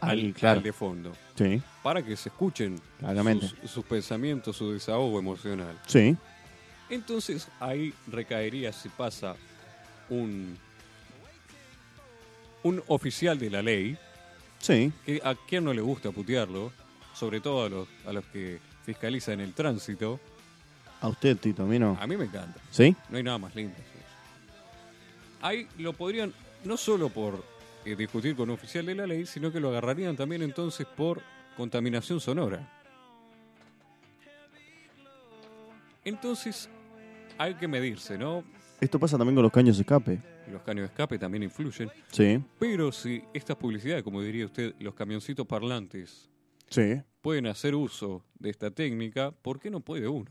[SPEAKER 2] Al-
[SPEAKER 1] al,
[SPEAKER 2] Ah, claro.
[SPEAKER 1] al de fondo,
[SPEAKER 2] Sí.
[SPEAKER 1] para que se escuchen
[SPEAKER 2] Claramente.
[SPEAKER 1] sus, sus pensamientos, su desahogo emocional.
[SPEAKER 2] Sí.
[SPEAKER 1] Entonces ahí recaería si pasa un, un oficial de la ley,
[SPEAKER 2] Sí.
[SPEAKER 1] que a quien no le gusta putearlo, sobre todo a los, a los que fiscalizan el tránsito,
[SPEAKER 2] A usted, Tito, a mí no.
[SPEAKER 1] a mí me encanta.
[SPEAKER 2] ¿Sí?
[SPEAKER 1] No hay nada más lindo. Ahí lo podrían, no solo por eh, discutir con un oficial de la ley, sino que lo agarrarían también entonces por contaminación sonora. Entonces, hay que medirse, ¿no?
[SPEAKER 2] Esto pasa también con los caños de escape.
[SPEAKER 1] Los caños de escape también influyen.
[SPEAKER 2] Sí.
[SPEAKER 1] Pero si estas publicidades, como diría usted, los camioncitos parlantes,
[SPEAKER 2] Sí.
[SPEAKER 1] pueden hacer uso de esta técnica, ¿por qué no puede uno?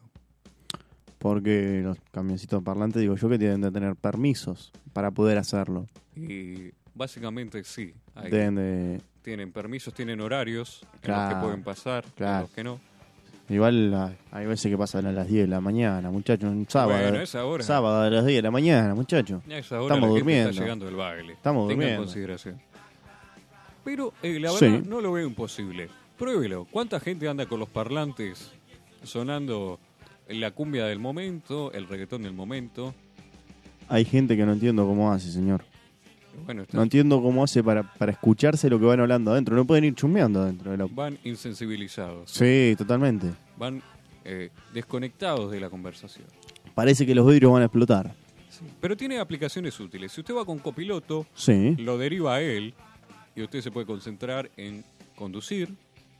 [SPEAKER 2] Porque los camioncitos parlantes, digo yo, que tienen de tener permisos para poder hacerlo.
[SPEAKER 1] Y básicamente sí. hay-
[SPEAKER 2] Deben de...
[SPEAKER 1] tienen permisos, tienen horarios en los
[SPEAKER 2] Claro,
[SPEAKER 1] que pueden pasar, en
[SPEAKER 2] claro.
[SPEAKER 1] los que no.
[SPEAKER 2] Igual ah, hay veces que pasan a las 10 de la mañana, muchachos. Un sábado.
[SPEAKER 1] Bueno, esa hora.
[SPEAKER 2] Sábado a las 10 de la mañana, muchachos.
[SPEAKER 1] A esa hora
[SPEAKER 2] Estamos
[SPEAKER 1] la gente
[SPEAKER 2] durmiendo.
[SPEAKER 1] está llegando el baile.
[SPEAKER 2] Estamos
[SPEAKER 1] Tengan
[SPEAKER 2] durmiendo.
[SPEAKER 1] consideración. Pero eh, la
[SPEAKER 2] Sí.
[SPEAKER 1] verdad no lo veo imposible. Pruébelo. ¿Cuánta gente anda con los parlantes sonando la cumbia del momento, el reggaetón del momento?
[SPEAKER 2] Hay gente que no entiendo cómo hace, señor.
[SPEAKER 1] Bueno, está-
[SPEAKER 2] No entiendo cómo hace para, para escucharse lo que van hablando adentro. No pueden ir chumeando adentro de la...
[SPEAKER 1] van insensibilizados,
[SPEAKER 2] Sí, totalmente.
[SPEAKER 1] van eh, desconectados de la conversación.
[SPEAKER 2] Parece que los vidrios van a explotar.
[SPEAKER 1] Pero tiene aplicaciones útiles. Si usted va con copiloto,
[SPEAKER 2] Sí.
[SPEAKER 1] lo deriva a él y usted se puede concentrar en conducir.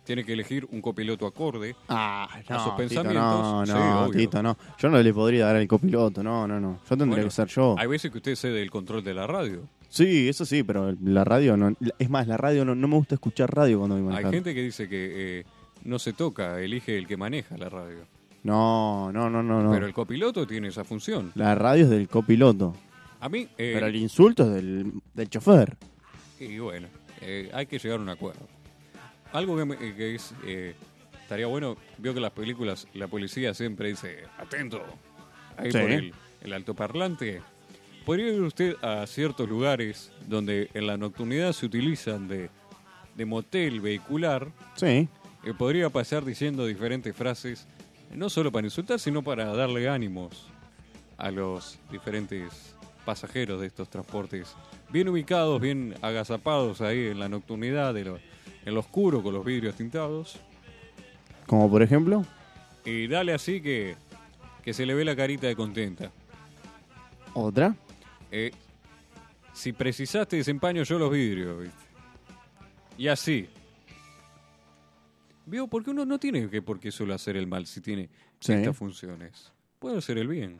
[SPEAKER 1] Tiene que elegir un copiloto acorde.
[SPEAKER 2] Ah,
[SPEAKER 1] a sus
[SPEAKER 2] no, Tito, no,
[SPEAKER 1] pensamientos, sí,
[SPEAKER 2] no,
[SPEAKER 1] obvio.
[SPEAKER 2] Tito, no. Yo no le podría dar al copiloto, no, no, no. Yo tendría
[SPEAKER 1] Bueno,
[SPEAKER 2] que ser yo.
[SPEAKER 1] Hay veces que usted cede el control de la radio.
[SPEAKER 2] Sí, eso sí, pero la radio no. la- Es más, la radio no, no me gusta escuchar radio cuando voy
[SPEAKER 1] Hay
[SPEAKER 2] manejando.
[SPEAKER 1] gente que dice que eh, no se toca, elige el que maneja la radio.
[SPEAKER 2] No, no, no, no, no.
[SPEAKER 1] Pero el copiloto tiene esa función.
[SPEAKER 2] La radio es del copiloto.
[SPEAKER 1] A mí, eh,
[SPEAKER 2] Pero el insulto es del, del chofer.
[SPEAKER 1] y bueno, eh, hay que llegar a un acuerdo. Algo que, me- que es, eh, estaría bueno, vio que en las películas la policía siempre dice, atento, ahí
[SPEAKER 2] Sí.
[SPEAKER 1] por el, el altoparlante. ¿Podría ir usted a ciertos lugares donde en la nocturnidad se utilizan de, de motel vehicular?
[SPEAKER 2] Sí.
[SPEAKER 1] Eh, podría pasar diciendo diferentes frases, no solo para insultar, sino para darle ánimos a los diferentes pasajeros de estos transportes. Bien ubicados, bien agazapados ahí en la nocturnidad, de lo- en lo oscuro con los vidrios tintados.
[SPEAKER 2] Como por ejemplo.
[SPEAKER 1] Y dale así que, que se le ve la carita de contenta.
[SPEAKER 2] ¿Otra?
[SPEAKER 1] Eh, si precisaste desempaño yo los vidrios, ¿viste? Y así. Veo, porque uno no tiene que por qué solo hacer el mal si tiene
[SPEAKER 2] Sí.
[SPEAKER 1] estas funciones. Puede hacer el bien.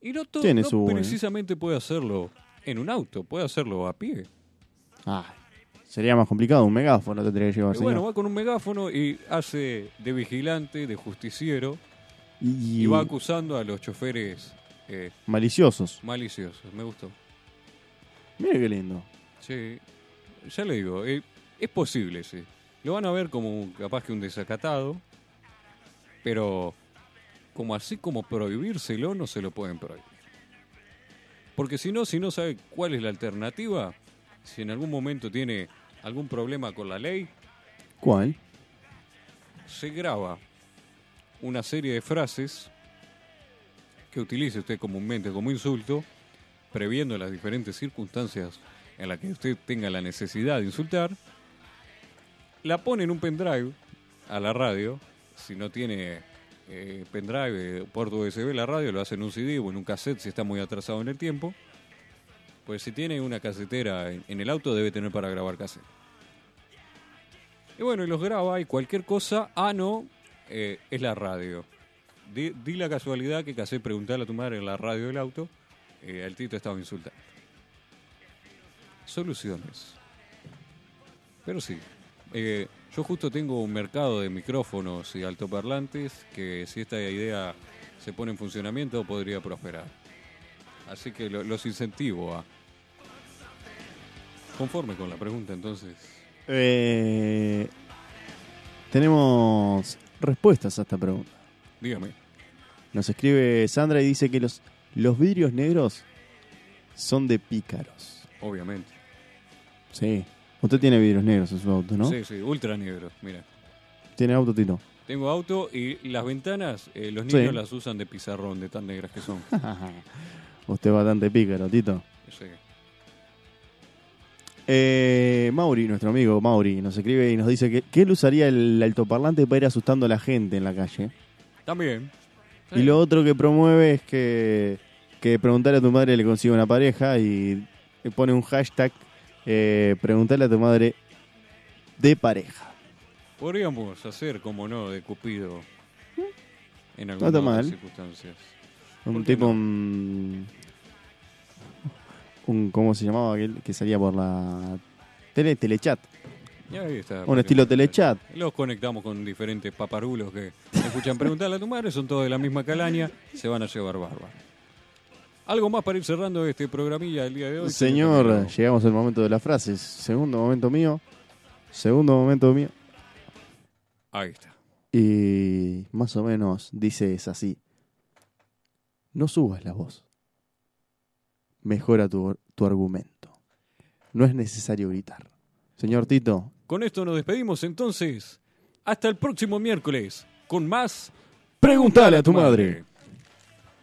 [SPEAKER 1] Y no, todo,
[SPEAKER 2] Tiene
[SPEAKER 1] no
[SPEAKER 2] su- ¿eh?
[SPEAKER 1] precisamente puede hacerlo en un auto, puede hacerlo a pie.
[SPEAKER 2] Ah, sería más complicado. Un megáfono tendría que llevar,
[SPEAKER 1] Y bueno,
[SPEAKER 2] señor.
[SPEAKER 1] va con un megáfono y hace de vigilante, de justiciero,
[SPEAKER 2] Y,
[SPEAKER 1] y va acusando a los choferes eh,
[SPEAKER 2] maliciosos.
[SPEAKER 1] maliciosos. Me gustó.
[SPEAKER 2] Mira qué lindo.
[SPEAKER 1] Sí, ya le digo, eh, es posible, sí. Lo van a ver como un- capaz que un desacatado, pero como así como prohibírselo, no se lo pueden prohibir. Porque si no, si no sabe cuál es la alternativa, si en algún momento tiene algún problema con la ley,
[SPEAKER 2] ¿Cuál?
[SPEAKER 1] se graba una serie de frases que utilice usted comúnmente como insulto, previendo las diferentes circunstancias en las que usted tenga la necesidad de insultar, la pone en un pendrive a la radio, si no tiene eh, pendrive, eh, puerto USB la radio, lo hace en un CD o en un cassette si está muy atrasado en el tiempo, pues si tiene una casetera en- en el auto debe tener para grabar cassette. Y bueno, y los graba y cualquier cosa. Ah, no, eh, es la radio. Di, di la casualidad que casé preguntarle a tu madre en la radio del auto. eh, el tito estaba insultando. Soluciones. Pero sí. eh, yo justo tengo un mercado de micrófonos y altoparlantes que si esta idea se pone en funcionamiento podría prosperar. Así que lo- los incentivo a... Conforme con la pregunta entonces.
[SPEAKER 2] Eh, tenemos respuestas a esta pregunta.
[SPEAKER 1] Dígame.
[SPEAKER 2] Nos escribe Sandra y dice que los, los vidrios negros son de pícaros.
[SPEAKER 1] Obviamente.
[SPEAKER 2] Sí. Usted tiene vidrios negros en su auto, ¿no?
[SPEAKER 1] Sí, sí, ultra negro. Mira,
[SPEAKER 2] Tiene auto, Tito.
[SPEAKER 1] tengo auto y las ventanas, eh, los niños
[SPEAKER 2] Sí.
[SPEAKER 1] las usan de pizarrón, de tan negras que son.
[SPEAKER 2] Usted es bastante pícaro, Tito.
[SPEAKER 1] Sí.
[SPEAKER 2] Eh, Mauri, nuestro amigo Mauri, nos escribe y nos dice que, que él usaría el altoparlante para ir asustando a la gente en la calle.
[SPEAKER 1] También. Sí.
[SPEAKER 2] Y lo otro que promueve es que, que preguntarle a tu madre le consiga una pareja y pone un hashtag eh, preguntarle a tu madre de pareja.
[SPEAKER 1] Podríamos hacer, como no, de Cupido en
[SPEAKER 2] está
[SPEAKER 1] algunas otras
[SPEAKER 2] mal.
[SPEAKER 1] circunstancias.
[SPEAKER 2] Un
[SPEAKER 1] ¿Por qué
[SPEAKER 2] tipo,
[SPEAKER 1] no?
[SPEAKER 2] un, un- ¿Cómo se llamaba aquel que salía por la tele? Telechat.
[SPEAKER 1] Ah, Y ahí está.
[SPEAKER 2] Un estilo telechat.
[SPEAKER 1] Los conectamos con diferentes paparulos que escuchan preguntarle a tu madre, son todos de la misma calaña, se van a llevar barba. Algo más para ir cerrando este programilla del día de hoy.
[SPEAKER 2] Señor,
[SPEAKER 1] Camilo.
[SPEAKER 2] llegamos al momento de las frases. Segundo momento mío. Segundo momento mío.
[SPEAKER 1] Ahí está.
[SPEAKER 2] Y más o menos dices así. No subas la voz. Mejora tu, tu argumento. No es necesario gritar. Señor Tito,
[SPEAKER 1] Con esto nos despedimos entonces. Hasta el próximo miércoles con más Pregúntale
[SPEAKER 2] a tu madre.